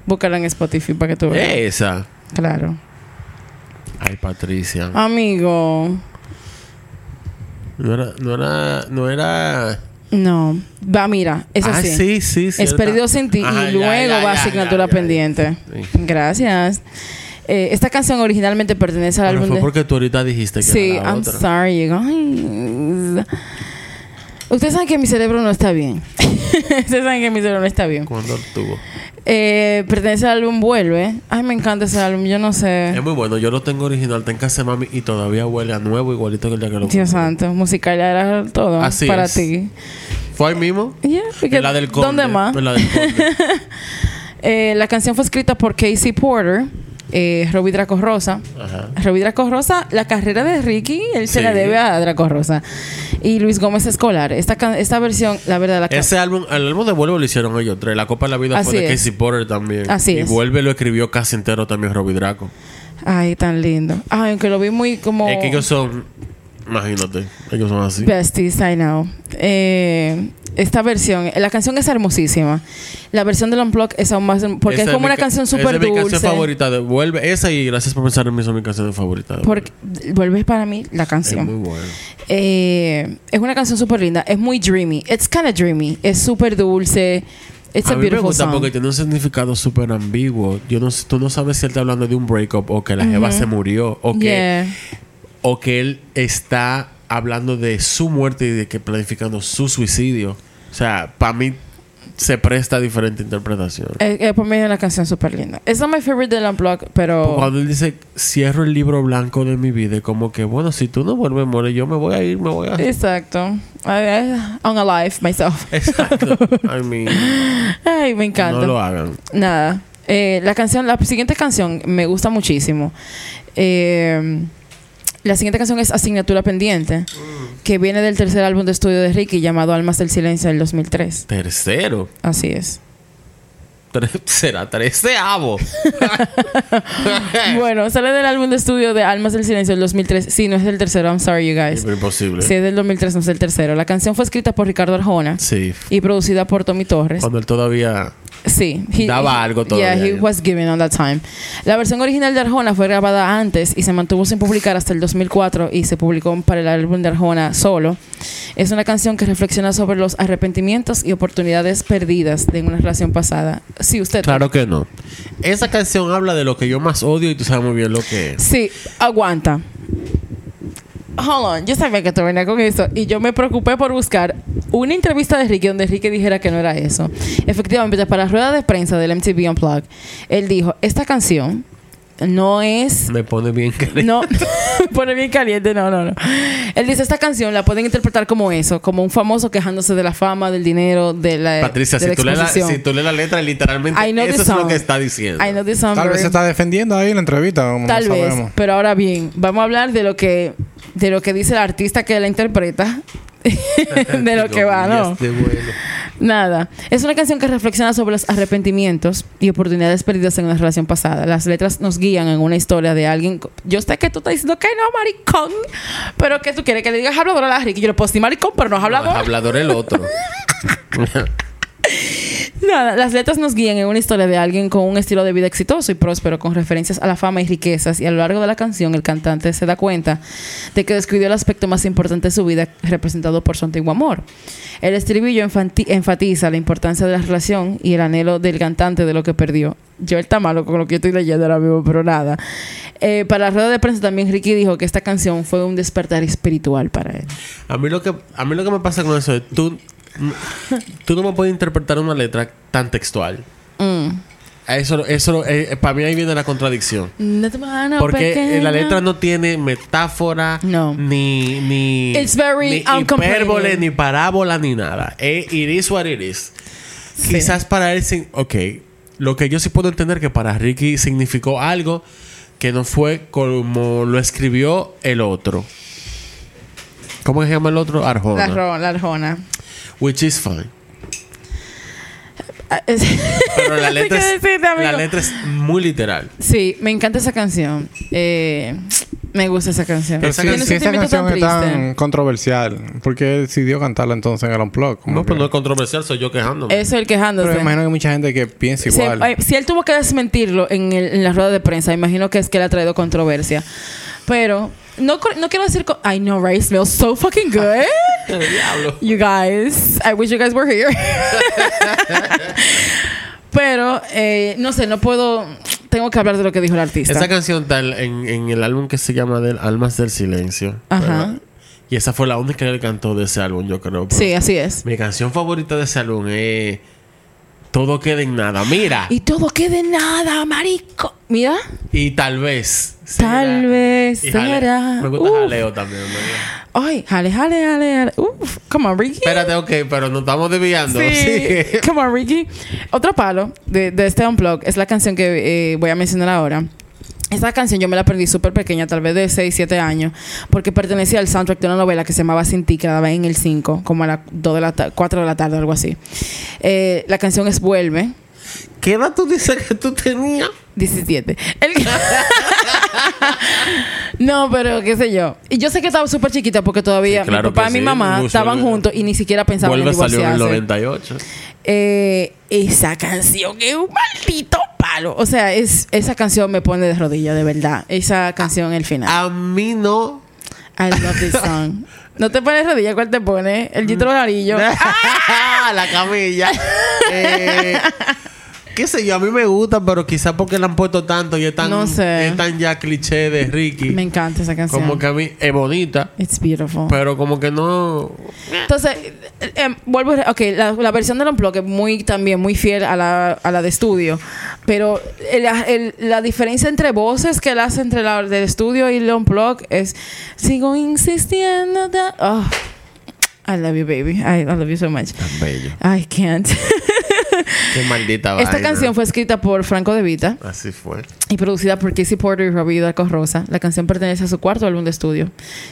Búscala en Spotify para que tú veas.
Es esa.
Claro.
Ay,
Ah.
Patricia.
Amigo.
No era, no era, no era.
No. Va, mira. Es
ah,
así.
sí, sí,
es
cierta.
perdido sin ti
Ah, ya,
y luego
ya,
va
ya,
asignatura
ya, ya.
pendiente.
Sí.
Gracias. Eh, esta canción originalmente pertenece al
Bueno,
álbum
Ah, fue
de...
porque tú ahorita dijiste que
Sí,
era la
I'm
otra.
sorry, guys. Ustedes saben que mi cerebro no está bien. Ustedes saben que mi cerebro no está bien.
¿Cuándo tuvo?
Eh, pertenece al álbum Vuelve. Ay, me encanta ese álbum. Yo no sé.
Es muy bueno. Yo lo tengo original. Tengo casa mami y todavía huele a nuevo igualito que el día que lo
Dios
compré.
santo. Musical era todo
Así
para
es.
ti.
¿Fue ahí mismo?
Yeah, porque-
En la del conde.
¿Dónde más?
En la del conde.
Eh, la canción fue escrita por Casey Porter, eh, Robbie Draco Rosa.
Ajá.
Robbie Draco Rosa, la carrera de Ricky, él se
Sí.
la debe a Draco Rosa. Y Luis Gómez Escolar. Esta, can- esta versión, la verdad, la canción.
Ese álbum, el álbum de Vuelvo lo hicieron ellos tres. La Copa de la Vida
Así
fue de
es.
Casey Porter también.
Así
y
es.
Vuelve lo escribió casi entero también Robbie Draco.
Ay, tan lindo. Ay, aunque lo vi muy como.
Es que ellos son, imagínate, ellos son así.
Besties, I know. Eh, esta versión, eh, la canción es hermosísima. La versión del Unplugged es aún más. Porque
Esa
es como
mi
una
ca-
canción
esa
súper
Es mi
dulce.
canción favorita de Vuelve. Esa y Gracias por pensar en mí son mi canción favorita. de
Porque vuelve para mí la
Vuelve.
canción.
Es muy bueno.
Eh, es una canción súper linda. Es muy dreamy. It's kind of dreamy. Es súper dulce. It's a,
a mí me
beautiful
gusta
song.
porque tiene un significado súper ambiguo. Yo no, sé- tú no sabes si él está hablando de un breakup o que la jeva se murió o que
Yeah.
o que él está hablando de su muerte y de que planificando su suicidio. O sea, para mí se presta a diferente interpretación.
Eh, eh, por mí es una canción súper linda. Es my favorite del Unplugged, pero...
Cuando él dice, cierro el libro blanco de mi vida, es como que, bueno, si tú no vuelves, more, yo me voy a ir, me voy a...
Eh. Exacto. I- I- I'm alive myself.
Exacto. I mean,
Ay, me encanta.
Eh, no lo hagan.
Nada. Eh, la canción, la siguiente canción me gusta muchísimo. Eh, la siguiente canción es Asignatura Pendiente,
Mm.
que viene del tercer álbum de estudio de Ricky llamado Almas del Silencio del 2003.
Tercero.
Así es.
Tre- será treceavo.
Bueno, sale del álbum de estudio de Almas del Silencio del 2003. Sí, no es del tercero, I'm sorry, you guys.
Imposible.
Sí,
Sí.
es del 2003, no es del tercero. La canción fue escrita por Ricardo Arjona y producida por Tommy Torres.
Cuando él todavía...
Sí. he-
Daba algo todavía,
Yeah, he
ya.
was given on that time. La versión original de Arjona fue grabada antes y se mantuvo sin publicar hasta el 2004 y se publicó para el álbum de Arjona solo. Es una canción que reflexiona sobre los arrepentimientos y oportunidades perdidas de una relación pasada. Sí, usted.
Claro que no. Esa canción habla de lo que yo más odio y tú sabes muy bien lo que es.
Sí, aguanta. Hold on, yo sabía que tú venías con eso y yo me preocupé por buscar una entrevista de Ricky donde Ricky dijera que no era eso. Efectivamente, para la rueda de prensa del MTV Unplugged, él dijo, esta canción no es
Me pone bien caliente.
no, pone bien caliente, no, no, no. Él dice, esta canción la pueden interpretar como eso, como un famoso quejándose de la fama, del dinero, de la...
Patricia,
Eh, de
si
la
tú, lees la,
exposición.
si tú lees la letra, literalmente
I know
eso
this
es lo
song.
que está diciendo.
I know this song
Tal vez
very-
se está defendiendo ahí en la entrevista. como
Tal
no
vez,
sabemos.
pero ahora bien, vamos a hablar de lo que de lo que dice el artista que la interpreta. de lo que va, ¿no?
Este vuelo.
Nada. Es una canción que reflexiona sobre los arrepentimientos y oportunidades perdidas en una relación pasada. Las letras nos guían en una historia de alguien. co- Yo sé que tú estás diciendo que no, maricón, pero que tú quieres que le digas habladora a la Ricky. Yo le puedo decir maricón, pero no es
No,
habladora.
hablador el otro.
Nada, las letras nos guían en una historia de alguien con un estilo de vida exitoso y próspero, con referencias a la fama y riquezas, y a lo largo de la canción el cantante se da cuenta de que describió el aspecto más importante de su vida, representado por su antiguo amor. El estribillo enfanti- enfatiza la importancia de la relación y el anhelo del cantante de lo que perdió. Yo él está malo con lo que yo estoy leyendo ahora mismo, pero nada. Eh, para la rueda de prensa también Ricky dijo que esta canción fue un despertar espiritual para él.
A mí lo que a mí lo que me pasa con eso es tú tú no me puedes interpretar una letra tan textual.
Mm.
A Eso eso eh, para mí ahí viene la contradicción.
No te van a
Porque eh, la
pequeña.
letra no tiene metáfora,
No.
ni, ni,
It's very
ni
uncomplaining.
hipérbole, ni parábola, ni nada. Eh, it is what it is.
Sí.
Quizás para él, sin- ok, lo que yo sí puedo entender que para Ricky significó algo que no fue como lo escribió el otro. ¿Cómo se llama el otro?
La,
Arjona.
ro- la arjona.
Which is fine.
Ah, es-
Pero
No
la
sé
letra,
qué
es,
decirte, amigo.
la letra es muy literal.
Sí, me encanta esa canción. Eh, me gusta esa canción.
Pero
Esa
si,
canción-
si esa
Tiene un
canción es
sentimiento tan
tan controversial, ¿por qué decidió cantarla entonces en el Unplugged? Como
No,
que-
pues no es controversial, soy yo quejándome.
Eso es el
pero
quejándose.
me imagino que hay mucha gente que piensa
Si,
igual.
ay, si él tuvo que desmentirlo en, el- en la rueda de prensa, imagino que es que le ha traído controversia. Pero no, cor- no quiero decir. co- I know, right? Smells so fucking good.
Diablo.
You guys, I wish you guys were here. Pero eh, no sé, no puedo. Tengo que hablar de lo que dijo el artista.
Esa canción está en, en- en el álbum que se llama del Almas del Silencio.
Ajá.
¿verdad? Y esa fue la única que él cantó de ese álbum, yo creo. pero
sí, así es.
Mi canción favorita de ese álbum es Todo queda en nada. Mira. Y,
Y todo quede nada, marico. Mira.
tal vez.
Tal vez
Y jale-
será.
Me gusta
Uf.
Jaleo también. ¿no?
Ay, jale, jale, jale, jale. Uf, come on, Ricky.
Espérate, ok, pero nos estamos desviando.
Sí.
Sí.
Come on, Ricky. Otro palo de, de este Unplug es la canción que eh, voy a mencionar ahora. Esta canción yo me la perdí súper pequeña, tal vez de 6, 7 años, porque pertenecía al soundtrack de una novela que se llamaba Sin ti, que la daba en el 5, como a las 2 de la ta- 4 de la tarde, algo así. Eh, la canción es Vuelve,
¿Qué edad tú dices que tú tenías?
17. El- no, pero qué sé yo. Y yo sé que estaba súper chiquita porque todavía
Sí, claro
mi papá
que
y mi
sí.
mamá
Usualmente-
estaban juntos y ni siquiera pensaban
Vuelve
en
salió en el
divorciarse.
98.
Eh, esa canción es un maldito palo. O sea, es, esa canción me pone de rodillas, de verdad. Esa canción, el final.
A mí no.
I love this song. No te pones rodillas, ¿cuál te pone? El Ah. Gitro Garillo.
la camilla. Eh, qué sé yo, a mí me gusta, pero quizás porque la han puesto tanto y es tan,
No sé.
es tan ya cliché de Ricky.
Me encanta esa canción.
como que a mí es bonita,
It's beautiful.
pero como que no.
Entonces, eh, eh, vuelvo. a re- Ok, la, la versión del Unplugged es muy, también muy fiel a la, a la de estudio. Pero el- el- la diferencia entre voces que él hace entre la del estudio y el Unplugged es. Sigo insistiendo. da- oh, I love you, baby. I, I love you so much.
Bello.
I can't.
Qué maldita
Esta
vaina.
canción fue escrita por Franco De Vita
Así fue.
y producida por Casey Porter y Robbie Daco Rosa. La canción pertenece a su cuarto álbum de estudio,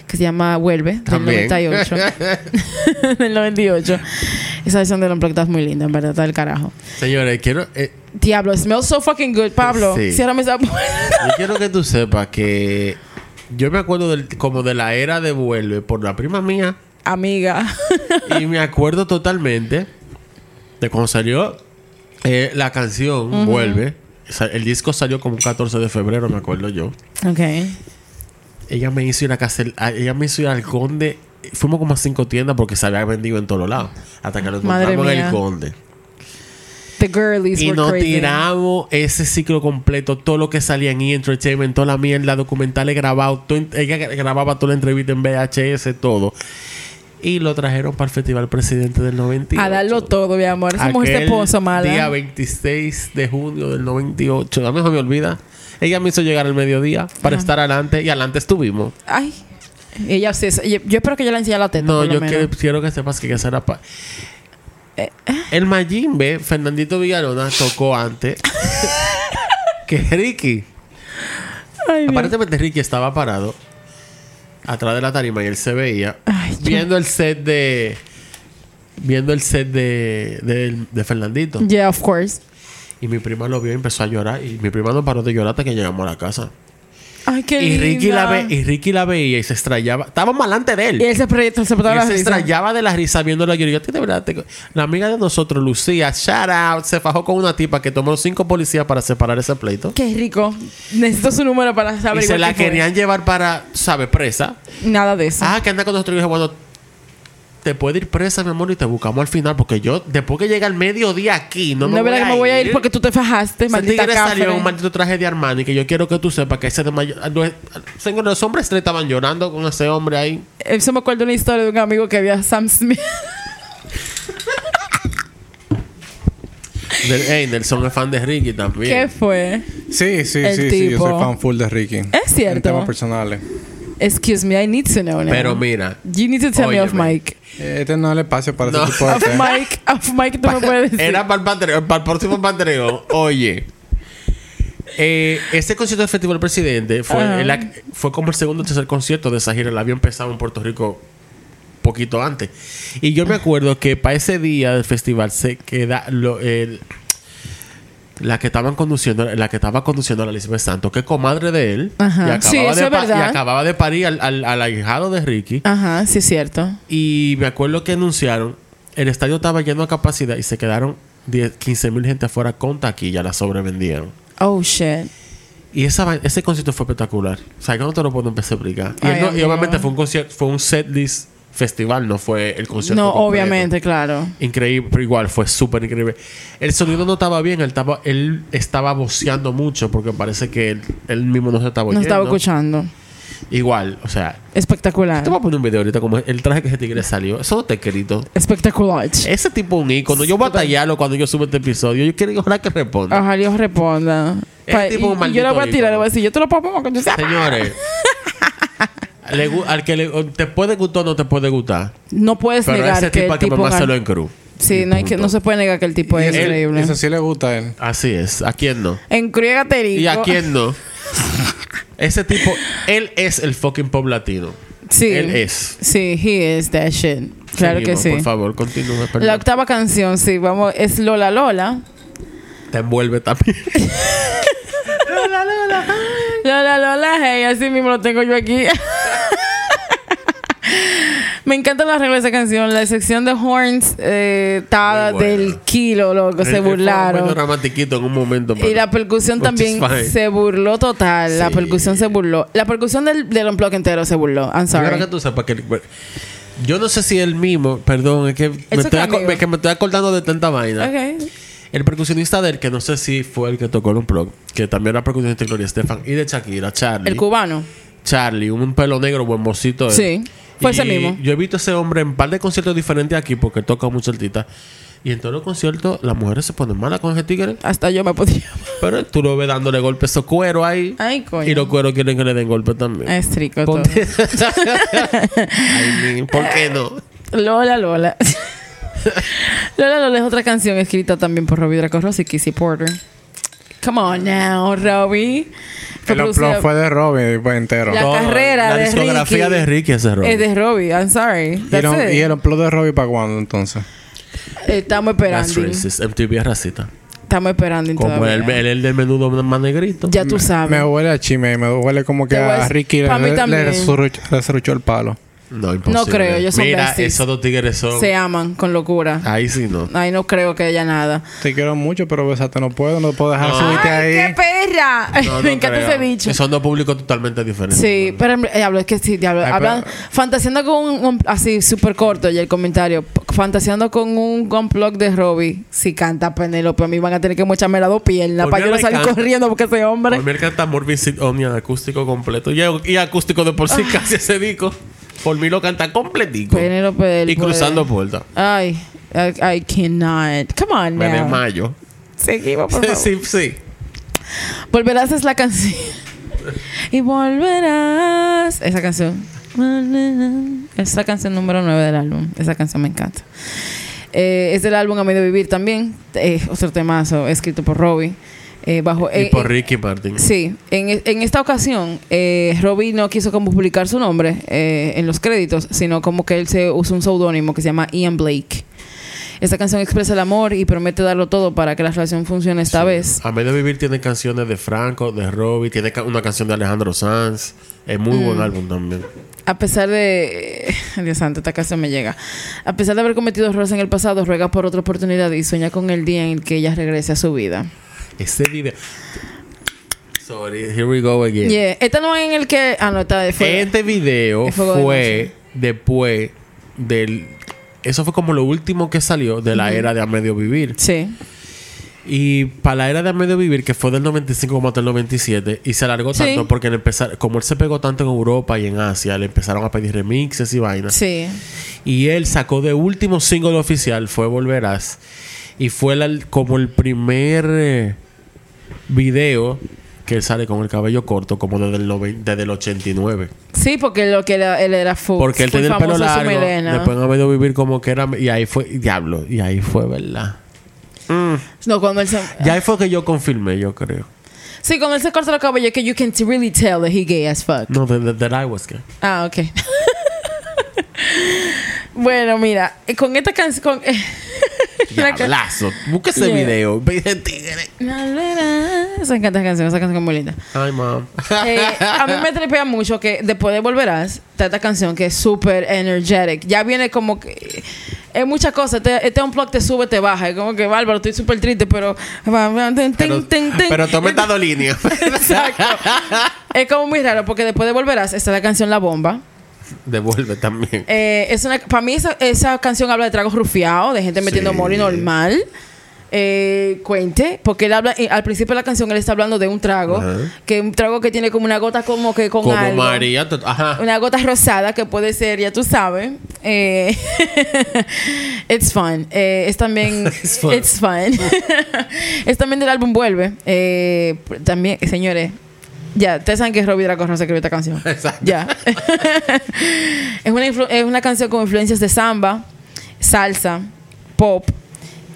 que se llama Vuelve,
También.
del 98. del 98. Esa versión de Don Unplugged está muy linda, en verdad, está del carajo.
Señores, quiero, eh,
Diablo, smells so fucking good, Pablo.
Sí.
Ciérrame esa puerta.
yo quiero que tú sepas que yo me acuerdo del- como de la era de Vuelve por la prima mía.
Amiga.
Y me acuerdo totalmente de cuando salió eh, la canción Vuelve. Sa- El disco salió como un 14 de febrero, me acuerdo yo.
ok.
Ella me hizo ir a Castel, a- ella me hizo ir al Conde. Fuimos como a cinco tiendas porque se había vendido en todos lados. Hasta que nos
Madre
encontramos en
mía.
el Conde.
The girlies
Y
were
nos
crazy.
tiramos ese ciclo completo, todo lo que salía en E! Entertainment, toda la mierda, documentales grabados, todo- ella gra- grababa toda la entrevista en VHS, todo. Y lo trajeron para el Festival Presidente del 98.
A darlo todo, mi amor. Esa mujer
Aquel
te pozo mala.
Día 26 de junio del 98. A mí no me olvida. Ella me hizo llegar al mediodía para estar adelante y adelante estuvimos.
Ay. Ella sí, es- yo, yo espero que yo le enseñe la teta.
No,
por lo
yo
menos.
que- quiero que sepas que esa era pa- El Mayimbe, Fernandito Villalona, tocó antes que Ricky.
Ay, Dios.
Aparentemente Ricky estaba parado atrás de la tarima y él se veía
Ay, yo-
viendo el set de... Viendo el set de, de, de Fernandito.
Yeah, of course.
Y mi prima lo vio y empezó a llorar. Y mi prima no paró de llorar hasta que llegamos a la casa.
Ay, qué
y Ricky, la ve,
linda.
y Ricky la veía y se estrellaba. Estábamos delante de él.
Y él se pre- se
Y
explotaba
él
la
se
risa.
estrellaba de la risa viéndola llorar. Yo, "Tío, de verdad, te- La amiga de nosotros, Lucía, shout out, se fajó con una tipa que tomó cinco policías para separar ese pleito.
Qué rico. Necesito su número para saber.
Y se la querían llevar para, ¿sabes? Presa.
Nada de eso.
Ah, que anda con nosotros. Y yo dije, bueno, te puede ir presa, mi amor, y te buscamos al final. Porque yo, después que llega el mediodía aquí, no
no,
me
no
voy,
verás
a
que me voy a ir porque tú te fajaste,
Ese
maldita
tigre salió en un
Catherine.
maldito traje de Armani que yo quiero que tú sepas que ese de mayo- no es- Señor, los hombres tres estaban llorando con ese hombre ahí.
Eh, Eso me acuerdo de una historia de un amigo que había Sam Smith.
Del- Ey, Nelson es fan de Ricky también.
¿Qué fue?
Sí, sí,
El
sí, sí. Yo soy
tipo.
fan full de Ricky.
Es cierto.
En temas personales.
Excuse me, I need to know now.
Pero mira,
You need to tell me off
Óyeme.
Mike.
Este no es el espacio para
No.
ese tipo de
Off
temas.
Mike, off Mike, tú me puedes decir.
era para el, Patreon- para el próximo Patreon. Oye. eh, este concierto de Festival Presidente fue,
Ajá.
el ac- fue como el segundo o tercer concierto de esa gira. La había empezado en Puerto Rico poquito antes. Y yo me acuerdo que para ese día del festival se queda lo- el- la que estaban conduciendo, la que estaba conduciendo a la Elizabeth Santos, que es comadre de él,
Ajá.
y, acababa
Sí, eso
de
es
pa-
verdad.
y acababa de parir al, al, al ahijado de Ricky.
Ajá, sí es cierto.
Y me acuerdo que anunciaron, el estadio estaba lleno a capacidad y se quedaron 10, 15 mil gente afuera con taquilla, la sobrevendieron.
Oh, shit.
Y esa, vai- ese concierto fue espectacular. O sea, yo no te lo puedo empezar a explicar. Y,
Ay,
él no- y
amigo.
obviamente fue un concierto, fue un setlist festival, no fue el concierto.
No,
completo.
obviamente, claro.
Increíble, pero igual fue súper increíble. El sonido no estaba bien, él estaba, él estaba voceando mucho porque parece que él, él mismo no se estaba oyendo.
Nos estaba escuchando.
Igual, o sea,
Espectacular.
te voy a poner un video ahorita como el traje que ese tigre salió. Eso no está escrito.
Espectacular.
Ese tipo es un ícono. Yo batallarlo cuando yo suba este episodio. Yo quiero ojalá que responda.
Ojalá Dios responda.
Ese
Pa-
tipo es un
y- y yo
maldito
lo voy a tirar,
ícono.
le voy a decir, yo te lo pongo como que tú seas-
Señores. le gu- al que le- o te puede gustar o no te puede gustar.
No puedes
Pero
negar
ese
que
tipo
el
hay que
tipo
mamárselo
gan-
en cruz.
Sí, no, hay que, no se puede negar que el tipo
Y
es
eso-
increíble.
Eso sí le gusta a él.
Así es. ¿A quién no?
Encriégate, rico.
¿Y a quién no? Ese tipo, él es el fucking pop latino.
Sí.
Él es.
Sí, he is that shit. Claro
Seguimos,
que
Por
sí.
favor, continúa. perdón.
La octava canción, sí, vamos, es Lola Lola.
Te envuelve también.
Lola Lola, hey, así mismo lo tengo yo aquí. Me encantan las reglas de esa canción. La sección de horns eh, estaba
Muy buena.
del kilo, loco.
Él-
Se
él fue Un
burlaron.
buen dramatiquito en un momento.
Y
pero-
la percusión
which
también
is fine.
se burló total. La
Sí.
percusión se burló. La percusión del, del unplug entero se burló. I'm
Claro
sorry.
que tú sepas que el- bueno, yo no sé si él mismo, perdón, es que, me
Eso
estoy,
conmigo.
aco- es que me estoy acordando de tanta vaina.
Ok.
El percusionista de él, que no sé si fue el que tocó el Unplugged, que también era percusionista de Gloria Estefan y de Shakira, Charlie.
El cubano.
Charlie, un pelo negro, buen mocito. él.
Sí, fue ese mismo.
Yo he visto a ese hombre en par de conciertos diferentes aquí porque él toca mucho altita. Y en todos los conciertos las mujeres se ponen malas con ese tigre.
Hasta yo me podía.
Pero tú lo ves dándole golpes a esos cueros ahí.
Ay, coño.
Y los cueros quieren que le den golpes también.
Es trico todo.
Ponte- Ay, mi, ¿Por qué no?
Lola Lola. Lola Lola es otra canción escrita también por Robbie Draco Rossi y Kissy Porter. Come on now, Robbie. Fue
El
producida-
upload fue de Robbie pues, entero.
La
Todo,
carrera
la
de
discografía
Ricky
de Ricky es de Robbie.
Es de Robbie, I'm sorry.
Y el,
That's it.
y el upload de Robbie para cuándo entonces.
Estamos
That's
esperando.
racist. MTV es racista.
Estamos esperando
Como
todavía.
el, el, el del menudo más negrito.
Ya tú sabes.
Me huele a chime, me huele como que
Te voy a
a
decir-
Ricky le,
pa' mí
le-
también.
le serruchó- le serruchó el palo.
No, imposible.
No creo, ellos son
Mira,
besties.
esos dos tigres son.
Se aman con locura.
Ahí sí no.
Ay, no creo que haya nada.
Te quiero mucho, pero besarte no puedo, no puedo dejar
No.
subirte
¡Ay, qué
ahí.
perra!
No, no
Me encanta
creo.
ese dicho.
Son dos públicos totalmente diferentes.
Sí, pero en- eh, diablo, es que sí, diablo.
Ay,
hablan, fantaseando con un, un- así súper corto y el comentario. p- Fantaseando con un gunplug de Robbie. Si canta Penélope, a mí van a tener que mocharme las dos piernas
Por
para
mí
yo no
me
salir
encanta.
corriendo porque ese hombre.
Por mí el canta Morbid Sid Omnia acústico completo. Y, y acústico de por sí
Ah.
casi ese disco. Por mí lo canta completico.
Penélope. él
y
puede.
cruzando puertas.
Ay, I, I cannot. Come on,
Me de
now.
mayo.
Seguimos, por favor.
sí, sí.
Volverás es la canción. y volverás. Esa canción. Esa canción número 9 del álbum. Esa canción me encanta. Eh, es del álbum A Medio Vivir también. Eh, otro temazo escrito por Robbie. Eh, bajo,
Y
eh,
por
eh,
Ricky Martin.
Sí, en, en esta ocasión eh, Robbie no quiso como publicar su nombre eh, en los créditos, sino como que él se usó un seudónimo que se llama Ian Blake. Esta canción expresa el amor y promete darlo todo para que la relación funcione esta vez.
A medio vivir tiene canciones de Franco, de Robbie, tiene ca- una canción de Alejandro Sanz. Es muy
Mm.
buen álbum también.
A pesar de. Dios santo, esta canción me llega. A pesar de haber cometido errores en el pasado, ruega por otra oportunidad y sueña con el día en el que ella regrese a su vida.
Este video. Sorry, here we go again.
Yeah. Esta no es en el que. Ah, no, esta fue.
Este video
El fuego de
fue después del. Eso fue como lo último que salió de la era de A Medio Vivir.
Sí.
Y para la era de A Medio Vivir, que fue del 95 como hasta el 97, y se alargó
Sí.
tanto porque al empezar, como él se pegó tanto en Europa y en Asia, le empezaron a pedir remixes y vainas.
Sí.
Y él sacó de último single oficial, fue Volverás. Y fue la- como el primer eh, video que él sale con el cabello corto, como desde el, noven- desde el 89.
Sí, porque lo que era- él era full.
Porque él
full
tenía el pelo
famoso, su
largo.
melena.
Después en medio vivir como que era. Y ahí fue. Diablo. Y ahí fue, ¿verdad?
Mm. No, cuando él se.
Y ahí fue que yo confirmé, yo creo.
Sí, cuando él se corta los cabellos, que you can really tell that he gay as fuck.
No, de de- that I was gay.
Ah, ok. bueno, mira, eh, con esta canción. Con... la ca-
Diablazo. Busca ese
Yeah.
video. Ve ese tigre.
Na, na, na. Esa me encanta esa canción, esa canción es muy linda.
Ay, mam.
Eh, a mí me tripea mucho que después de Volverás, está esta canción que es súper energetic. Ya viene como que. Es muchas cosas. Este, este unplug te sube, te baja. Es como que, bárbaro, estoy súper triste, pero.
pero, pero tome esta línea.
Exacto. es como muy raro porque después de Volverás está la canción La Bomba.
Devuelve también.
Eh, es una, para mí esa, esa canción habla de tragos rufiados, de gente metiendo
Sí.
mori normal. Eh, cuente, porque él habla, eh, al principio de la canción él está hablando de un trago,
Ajá.
que es un trago que tiene como una gota como que con
Como
algo.
María. to- Ajá.
Una gota rosada que puede ser, ya tú sabes. Eh, it's fun. Eh, es también.
It's fun.
It's fun. es también del álbum Vuelve. Eh, también, señores. Ya, ustedes saben que Robbie Draco no escribió esta canción.
Exacto.
Ya. es, una influ- es una canción con influencias de samba, salsa, pop.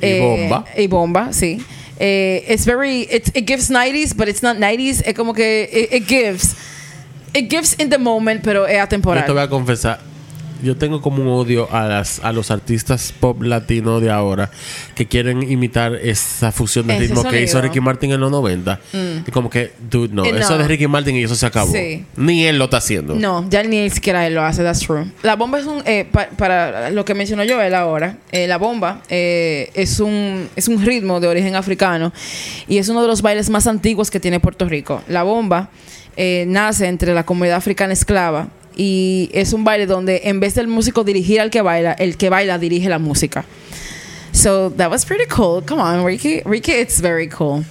Eh,
Y bomba.
Y bomba, sí. Eh, it's very, it, it gives 90s, but it's not 90s. Es como que it, it gives, it gives in the moment, pero es
Yo te voy
atemporal.
a confesar. Yo tengo como un odio a las a los artistas pop latinos de ahora que quieren imitar esa fusión de
Ese
ritmo que
sonido. Mm.
hizo Ricky Martin en los 90. Y como que, dude, no,
Eh, no.
eso de Ricky Martin y eso se acabó.
Sí.
Ni él lo está haciendo.
No, ya ni siquiera él lo hace, that's true. La bomba es un, eh, pa- para lo que mencionó Joel ahora, eh, la bomba eh, es, un, es un ritmo de origen africano y es uno de los bailes más antiguos que tiene Puerto Rico. La bomba eh, nace entre la comunidad africana esclava y es un baile donde en vez del músico dirigir al que baila, el que baila dirige la música. So that was pretty cool. Come on, Ricky. Ricky, it's very cool.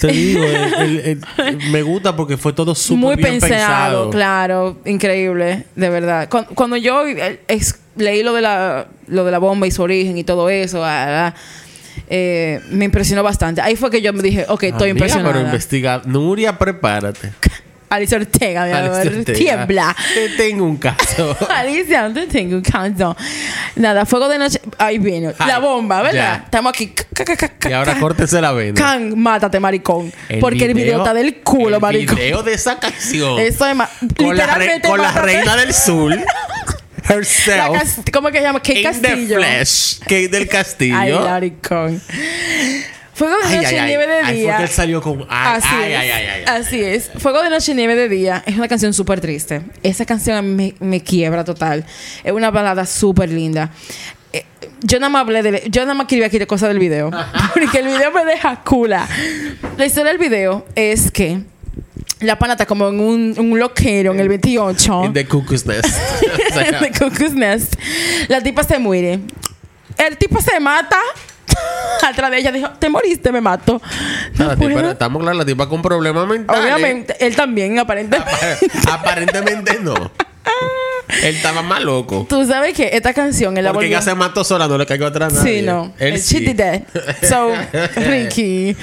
Te digo, el- el- el- me gusta porque fue todo súper
Muy
bien
pensado,
pensado.
claro, increíble, de verdad. Cuando, cuando yo eh, es- leí lo de la lo de la bomba y su origen y todo eso, ah, ah, eh, me impresionó bastante. Ahí fue que yo me dije, ok, estoy
Amiga, Ah, Pero
impresionada.
investiga. Nuria, prepárate.
Alicia Ortega, mi amor,
Alex Ortega,
tiembla.
Te tengo un caso.
Alicia, no tengo un countdown. Nada, fuego de noche. Ahí vino. La
Ay,
bomba, ¿verdad?
ya.
Estamos aquí. Ca, ca, ca, ca,
y ahora
ca.
córtese la vena.
Can, mátate, maricón. porque el video está del culo,
el
maricón.
video de esa canción.
Eso es más.
con la, re-
Literalmente.
con la
mátate.
reina del sur
La
herself
cas- ¿Cómo que se llama? Kate
in the
Castillo.
flesh Kate del
Ay,
Castillo
Laricón. Fuego de noche y nieve de
Ahí fue
día.
que él salió con ay,
Así
ay,
es.
ay, ay, ay, ay.
Así es. Fuego de noche y nieve de día es una canción súper triste. Esa canción a mí me, me quiebra total. Es una balada súper linda. Eh, Yo nada más hablé de... Yo nada más escribí aquí de cosas del video. Porque el video me deja cula. La historia del video es que... La pana está como en un, un loquero en el 28.
in the cuckoo's nest O sea,
The Cuckoo's Nest. La tipa se muere. El tipo se mata. Atrás de ella dijo, te moriste, me mato. No
la
puedo.
tipa- estamos claros la tipa con problemas mentales
Obviamente, él también,
Ah,
aparentemente.
aparentemente no él estaba más loco
Tú sabes que esta canción él la
porque
volvió...
ya se mató sola no le cayó atrás a nadie
Sí, no.
él
El
sí.
shitty dead. So, Ricky.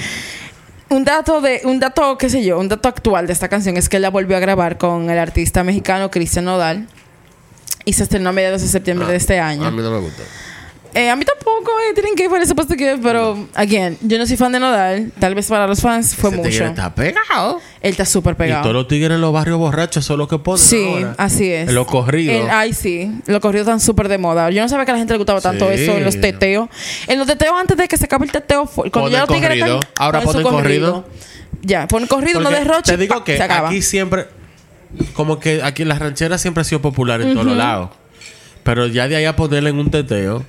Un dato de, un dato, qué sé yo, un dato actual de esta canción es que él la volvió a grabar con el artista
Ah,
mexicano Cristian Nodal y se estrenó a mediados de septiembre de este año.
a mí no me gusta
Eh, a mí tampoco, eh, tienen que ir por supuesto que, pero, again, yo no soy fan de Nodal. Tal vez para los fans fue
Ese
mucho.
tigre está pegado.
Él está súper
Y todos
pegado.
los tigres en los barrios borrachos son los que ponen.
Sí,
ahora.
así es.
Los corridos.
El- ay, sí. Los corridos están súper de moda. Yo no sabía que a la gente le gustaba tanto
Sí.
eso en los teteos. En los teteos, antes de que se acabe el teteo, fue- cuando
Ponen
ya los tigres
corrido.
están.
Ahora
ponen su
ponen corrido.
Ya, ponen corrido, no
Porque
derroche.
Te digo
pa,
que
se acaba.
aquí siempre, como que aquí las rancheras siempre ha sido popular en todos los lados. Pero ya de ahí a ponerle en un teteo.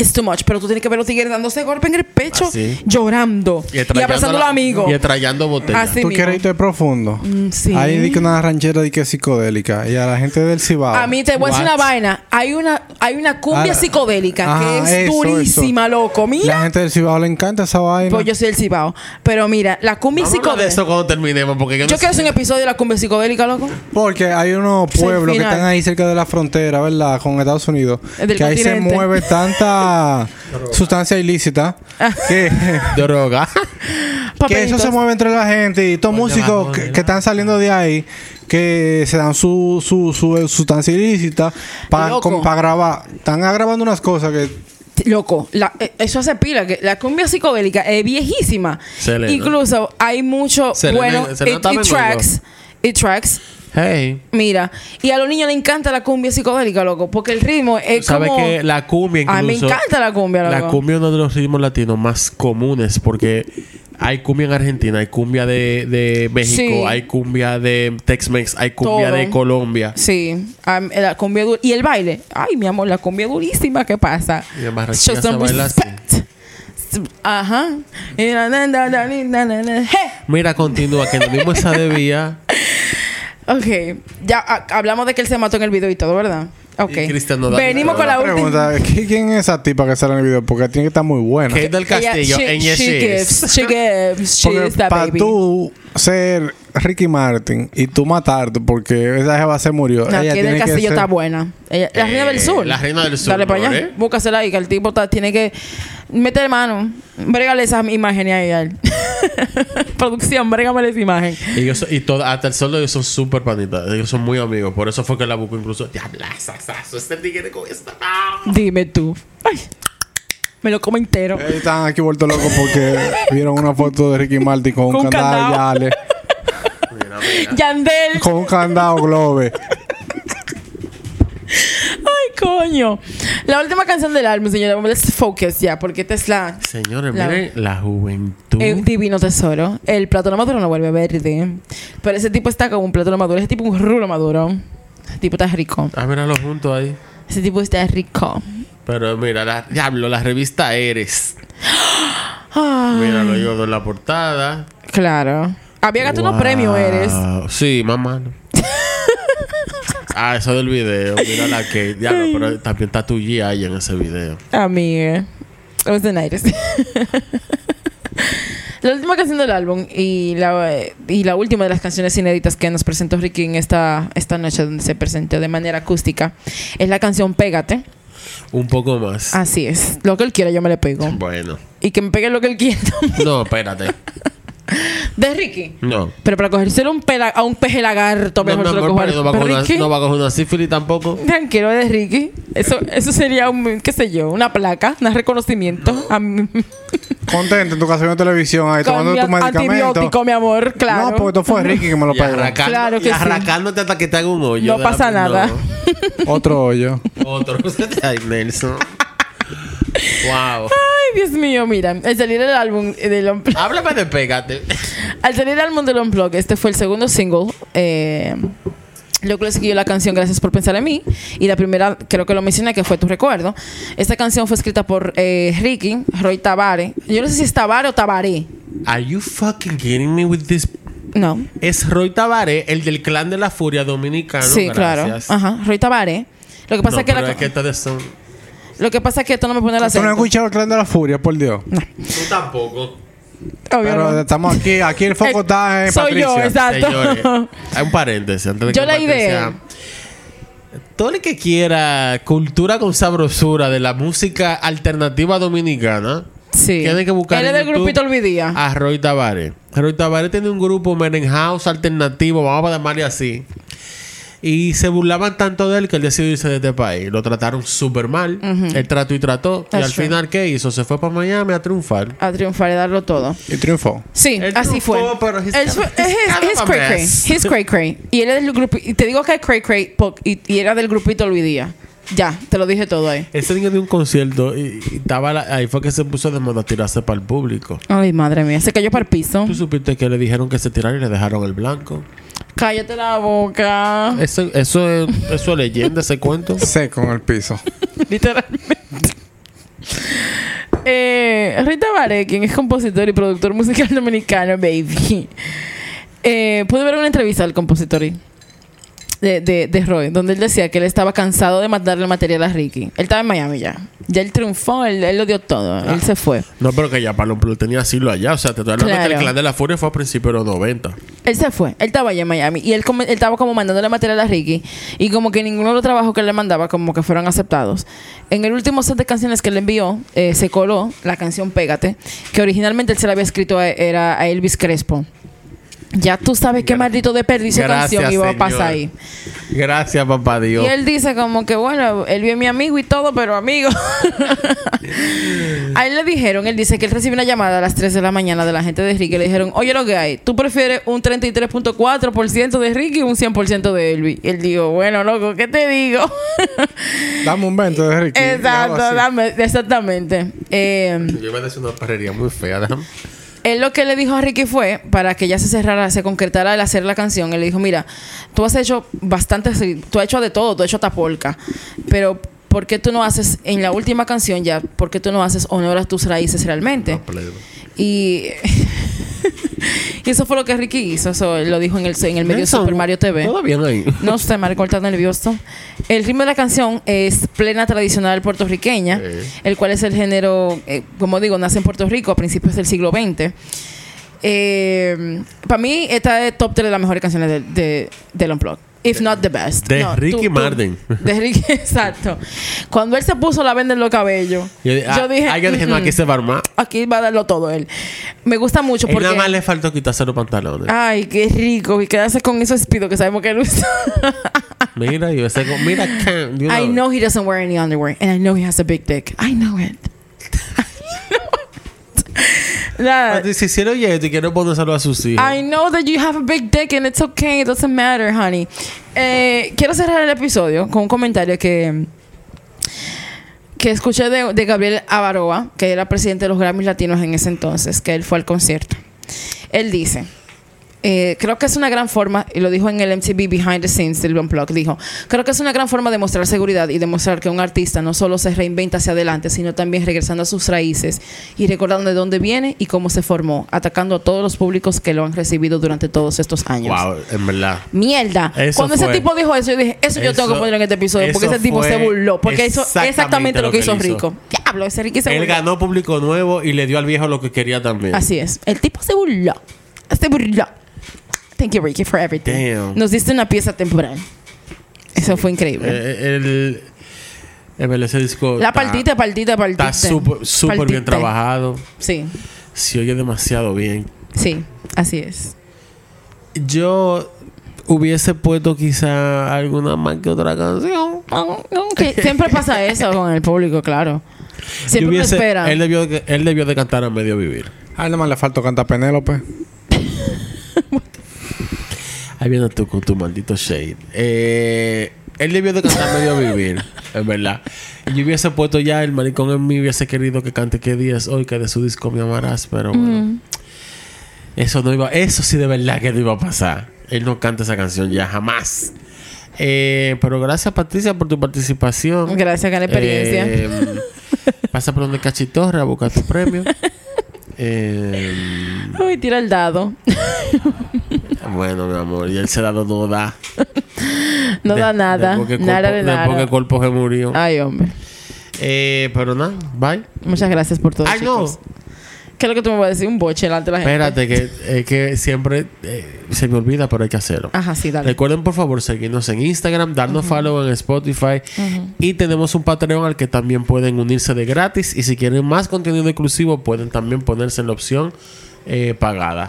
It's too much. Pero tú tienes que ver los tigres dándose golpe en el pecho,
Así.
llorando. Y,
atrayendo
abrazando a
la-
los amigos.
Y atrayando botellas.
Así
¿Tú
mismo.
quieres irte profundo?
Mm, sí.
Hay di que una ranchera di que psicodélica. Y a la gente del Cibao.
A mí te voy a decir
What?
una vaina. Hay una, hay una cumbia
Ah,
psicodélica que
ajá,
es
eso,
durísima,
eso.
loco.
La
Mira,
gente del Cibao le encanta esa vaina.
pues yo soy el cibao. Pero mira, la cumbia
Vamos a hablar de
psicodélica.
eso cuando terminemos. Porque yo no
Yo
sé-
quiero hacer un episodio de la cumbia psicodélica, loco.
Porque hay unos
Sí,
pueblos que
final.
están ahí cerca de la frontera, ¿verdad? Con Estados Unidos.
Del
que ahí se
continente.
mueve tanta sustancia ilícita
Ah.
que,
droga.
que eso
Papelitos.
se mueve entre la gente y estos
Por debajo
músicos
de
que,
la-
que están saliendo de ahí que se dan su, su, su sustancia ilícita para
Loco.
grabar. Están grabando unas cosas que
Loco, la- eh, eso hace pila. Que la cumbia psicodélica es viejísima.
Selena.
Incluso hay mucho.
Selena-
bueno,
Selena
it,
está
it
vendiendo.
tracks. It tracks.
Hey.
Mira, y a los niños les encanta la cumbia psicodélica, loco, porque el ritmo es
¿Sabes
como...
que la cumbia incluso...
A mí me encanta la cumbia, loco.
La cumbia es uno de los ritmos latinos más comunes porque hay cumbia en Argentina, hay cumbia de, de México,
Sí.
hay cumbia de Tex-Mex, hay cumbia
Todo.
de Colombia.
Sí, am- eh, la cumbia du- y el baile. Ay, mi amor, la cumbia durísima, ¿qué pasa?
Y en Barranquilla
Show some
se baila así.
respect. Ajá. Y na, na, na, na, ni, na, na, na. Hey.
Mira, continúa, que lo mismo esa debía.
Ok, ya ah, hablamos de que él se mató en el video y todo, ¿verdad? Ok.
Y Cristian Nodal.
Venimos con la última.
pregunta, ¿qui- ¿quién es esa tipa que sale en el video? Porque tiene que estar muy buena.
Kate del
Ella-
Castillo
she,
en Yes
she
She Is.
gives, she gives, she
Porque
is that
para
baby.
tú ser Ricky Martin y tú matarte porque esa jeva se murió.
No,
ella
Kate
tiene
del
que
Castillo
ser-
está buena. Ella- la
Eh,
reina del sur.
la reina del sur,
Dale para allá.
¿eh?
Búscasela ahí, que el tipo está- tiene que meter mano. Brégale esas imágenes ahí a él. Producción, brégame esa imagen.
Ellos, y toda, hasta el sol de ellos son súper panitas. Ellos son muy amigos. Por eso fue que la buscó incluso. Diabla, sasazo, este tigre con esta. no".
Dime tú. Ay, me lo como entero.
Ellos Están aquí vuelto locos porque vieron una foto de Ricky Martin con un,
Con un
candado,
candado.
Yale,
Yandel.
con un candado Globe.
Ay, coño. La última canción del álbum, señora. Let's focus ya, porque esta es la...
Señores,
La-
miren la juventud.
El divino tesoro. El plátano maduro no vuelve verde. Pero ese tipo está como un plátano maduro. Ese tipo es un rulo maduro. Ese tipo está rico.
Ah, míralo junto ahí.
Ese tipo está rico.
Pero mira, la, diablo, la revista Eres.
Ah,
Míralo yo en la portada.
claro. Había ganado unos
Wow.
premios, eres.
Sí, mamá. ah, eso del video. Mira la que. Diablo, pero también está tu G ahí en ese video.
Amiga. It was the nightest. la última canción del álbum y la, y la última de las canciones inéditas que nos presentó Ricky en esta, esta noche donde se presentó de manera acústica es la canción Pégate.
Un poco más.
Así es. Lo que él quiera yo me le pego.
Bueno.
Y que me pegue lo que él quiera también.
No, espérate.
De Ricky.
No.
Pero para cogérselo un pela- a un peje lagarto,
No,
mejor
mi
se lo
amor,
cojo al-
pero no va, a coger
pero
una-
Ricky.
no va a coger una sífilis tampoco.
Tranquilo de Ricky. Eso, eso sería un, qué sé yo, una placa, un reconocimiento. A mí-
Contento en tu casa viendo televisión ahí, tomando
Cambia-
tu medicamento.
antibiótico, mi amor, claro.
No, porque esto fue Ricky que me lo
Y,
pegó.
arrancando-
Claro
y
que sí.
arrancándote hasta que te haga un hoyo.
No
de la-
pasa nada.
Otro hoyo.
Otro. Ay, Nelson. wow.
Ay, Dios mío, mira, al salir el álbum eh, del Unplugged-
Háblame de pégate.
al salir el álbum del Unplugged, este fue el segundo single. Eh, Luego le siguió la canción Gracias por pensar en mí. Y la primera, creo que lo mencioné, que fue Tu Recuerdo. Esta canción fue escrita por eh, Ricky, Roy Tabare. Yo no sé si es Tabare o Tabaré.
Are you fucking kidding me with this?
No.
Es Roy Tabaré, el del clan de la furia dominicano.
sí,
Gracias.
claro. Ajá, Roy Tabare. Lo que pasa
No,
es que,
pero
la-
es que ustedes son...
lo que pasa es que esto no me pone la
¿Tú no has escuchado el clan de la furia, por Dios?
Tú tampoco.
Pero estamos aquí, aquí el foco está en
Eh, Soy yo,
Patricia.
exacto.
Señores, hay un paréntesis antes de
Yo
que
la
Patricia-
idea.
Todo el que quiera cultura con sabrosura de la música alternativa dominicana,
Sí.
tiene que buscar
Él es
en
del
YouTube
grupito Olvidía.
a Roy Tavares. Roy Tavares tiene un grupo Merenhouse alternativo, vamos a llamarle así. Y se burlaban tanto de él que él decidió irse de este país. Lo trataron súper mal. Él trató y trató. y
That's
al
true.
final, ¿qué hizo? Se fue para Miami a triunfar.
a triunfar y darlo todo.
Y triunfó.
Sí,
Ah. Él
así fue.
triunfó, pero he's
Él fue-
kind of-
es-
he's
es-
kind
es
of a
cray cray.
mess.
He's cray cray. Y él era del grupo. Y te digo que es cray cray po- y, y era del grupito Luis Díaz. Ya, te lo dije todo ahí.
Ese niño de un concierto y, y estaba la- ahí fue que se puso de moda a tirarse para el público.
Ay, madre mía, se cayó para el piso.
Tú supiste que le dijeron que se tirara y le dejaron el blanco.
Cállate la boca.
Eso, eso, es, eso es leyenda, ese cuento.
Seco en el piso.
Literalmente. Eh, Rita Vare, quien es compositor y productor musical dominicano, baby. Eh, pude ver una entrevista al compositor y- de, de, de Roy, donde él decía que él estaba cansado de mandarle material a Ricky. Él estaba en Miami ya. Ya él triunfó, él, él lo dio todo. Él se fue.
No, pero que ya Pablo Plus tenía asilo allá. O sea, te estoy hablando que el
Claro.
clan de la furia fue a principios de los 90.
Él se fue, él estaba allá en Miami y él, come- él estaba como mandándole material a Ricky y como que ninguno de los trabajos que él le mandaba como que fueron aceptados. En el último set de canciones que le envió eh, se coló la canción Pégate, que originalmente él se la había escrito a, era a Elvis Crespo. Ya tú sabes qué
Gra-
maldito desperdicio de
Gracias,
canción iba a pasar ahí.
señor. Gracias, papá Dios.
Y él dice como que bueno, él vio a mi amigo y todo, pero amigo. a él le dijeron, él dice que él recibió una llamada a las 3 de la mañana de la gente de Ricky. Le dijeron, oye lo que hay, ¿tú prefieres un 33.4% de Ricky o un 100% de Elvis? Y él dijo, bueno, loco, ¿qué te digo?
Dame un vento de Ricky. Algo
Exacto,
así.
dame- exactamente. Eh,
Yo iba a decir una perrería muy fea. déjame.
Él lo que le dijo a Ricky fue, para que ya se cerrara, se concretara el hacer la canción, él le dijo, mira, tú has hecho bastante, tú has hecho de todo, tú has hecho tapolca, pero ¿por qué tú no haces, en la última canción ya, ¿por qué tú no haces honor a tus raíces realmente? Y, y eso fue lo que Ricky hizo, eso él lo dijo en el, en el medio
Nelson,
Super Mario TV.
Todavía no hay.
No usted me cortado nervioso. El ritmo de la canción es plena tradicional puertorriqueña,
Sí.
el cual es el género, eh, como digo, nace en Puerto Rico a principios del siglo XX. Para mí, esta es top 3 de las mejores canciones de, de, del Unplugged. If not the best.
de Ricky Martin.
De Ricky, exacto. Cuando él se puso la venda en los cabellos,
Yo,
yo,
di- ah,
dije,
ah, yo dije, no,
"Mm, mm,
aquí se va a armar.
aquí va a darlo todo él. Me gusta mucho
Y
porque...
nada más le faltó quitarse los pantalones.
Ay, qué rico. Y quedarse con esos espidos que sabemos que él usa. Ah.
Mira, yo ese. con- Mira, can, de una
I
vez.
know he doesn't wear any underwear, and I know he has a big dick. I know it. I know it.
Ah,
That-
Si hicieron y esto y quiero ponérselo a sus hijos.
I know that you have a big dick and it's okay, it doesn't matter, honey. Eh, quiero cerrar el episodio con un comentario que que escuché de, de Gabriel Avaroa, que era presidente de los Grammys Latinos en ese entonces, que él fue al concierto. Él dice, eh, creo que es una gran forma, y lo dijo en el MTV Behind the Scenes del Unplugged, dijo, creo que es una gran forma de mostrar seguridad y demostrar que un artista no solo se reinventa hacia adelante, sino también regresando a sus raíces y recordando de dónde viene y cómo se formó, atacando a todos los públicos que lo han recibido durante todos estos años.
Wow, en verdad.
Mierda.
Eso
Cuando
fue.
ese tipo dijo eso, yo dije, eso, yo tengo
Eso-
que ponerlo en este episodio. Porque
eso
ese tipo
fue
se burló. Porque hizo
exactamente
exactamente
lo
lo que
que
hizo
él hizo.
Rico. Diablo, ese Ricky se
Él
burló.
ganó público nuevo y le dio al viejo lo que quería también.
Así es. El tipo se burló. Se burló. Thank you, Ricky, for everything.
Damn.
Nos diste una pieza temporal. Eso fue increíble.
Eh, el, en verdad, ese disco.
la
está-
partita, partita, partita.
Está súper súper bien
Partita.
trabajado.
Sí,
Se oye demasiado bien.
sí, así es.
Yo hubiese puesto quizá alguna más que otra canción.
Que siempre pasa eso con el público, claro. Siempre
Yo
lo
hubiese-
esperan.
Él debió, de- él debió de cantar a medio vivir.
A él nada más le faltó cantar Penélope.
Ahí viene tú con tu maldito shade. Eh, él debió de cantar medio vivir, en verdad. Y yo hubiese puesto ya el maricón en mí, hubiese querido que cante que días hoy, que de su disco me amarás, pero bueno. Eso no iba, eso sí de verdad que no iba a pasar. Él no canta esa canción ya jamás. Eh, pero gracias Patricia por tu participación.
Gracias, gran experiencia.
Eh, pasa por donde cachitorra a buscar tu premio. Eh,
Uy, tira el dado.
bueno, mi amor, y él se ha dado no da.
No
De-
da nada.
después que
nada
cuerpo-
de
después que
nada. Ah.
el cuerpo se murió.
Ay, hombre.
Eh, pero nada, bye.
Muchas gracias por todo.
Ay, no.
chicos. ¿Qué es lo que tú me vas a decir? Un boche delante de la gente.
Espérate, que, eh, que siempre eh, se me olvida, pero hay que hacerlo.
Ajá, sí, Ah, dale.
Recuerden, por favor, seguirnos en Instagram, darnos follow en Spotify. Y tenemos un Patreon al que también pueden unirse de gratis. Y si quieren más contenido exclusivo, pueden también
Mm.
ponerse en la opción eh, pagada.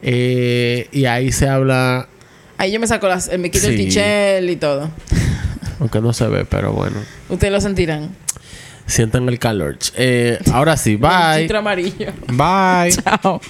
Eh, y ahí se habla
Ahí yo me saco las, me quito el
Sí.
tichel y todo.
Aunque no se ve, pero bueno.
Ustedes lo sentirán.
Sientan el calor. Eh, ahora sí,
Un
bye.
chistro amarillo.
Bye.
Chao.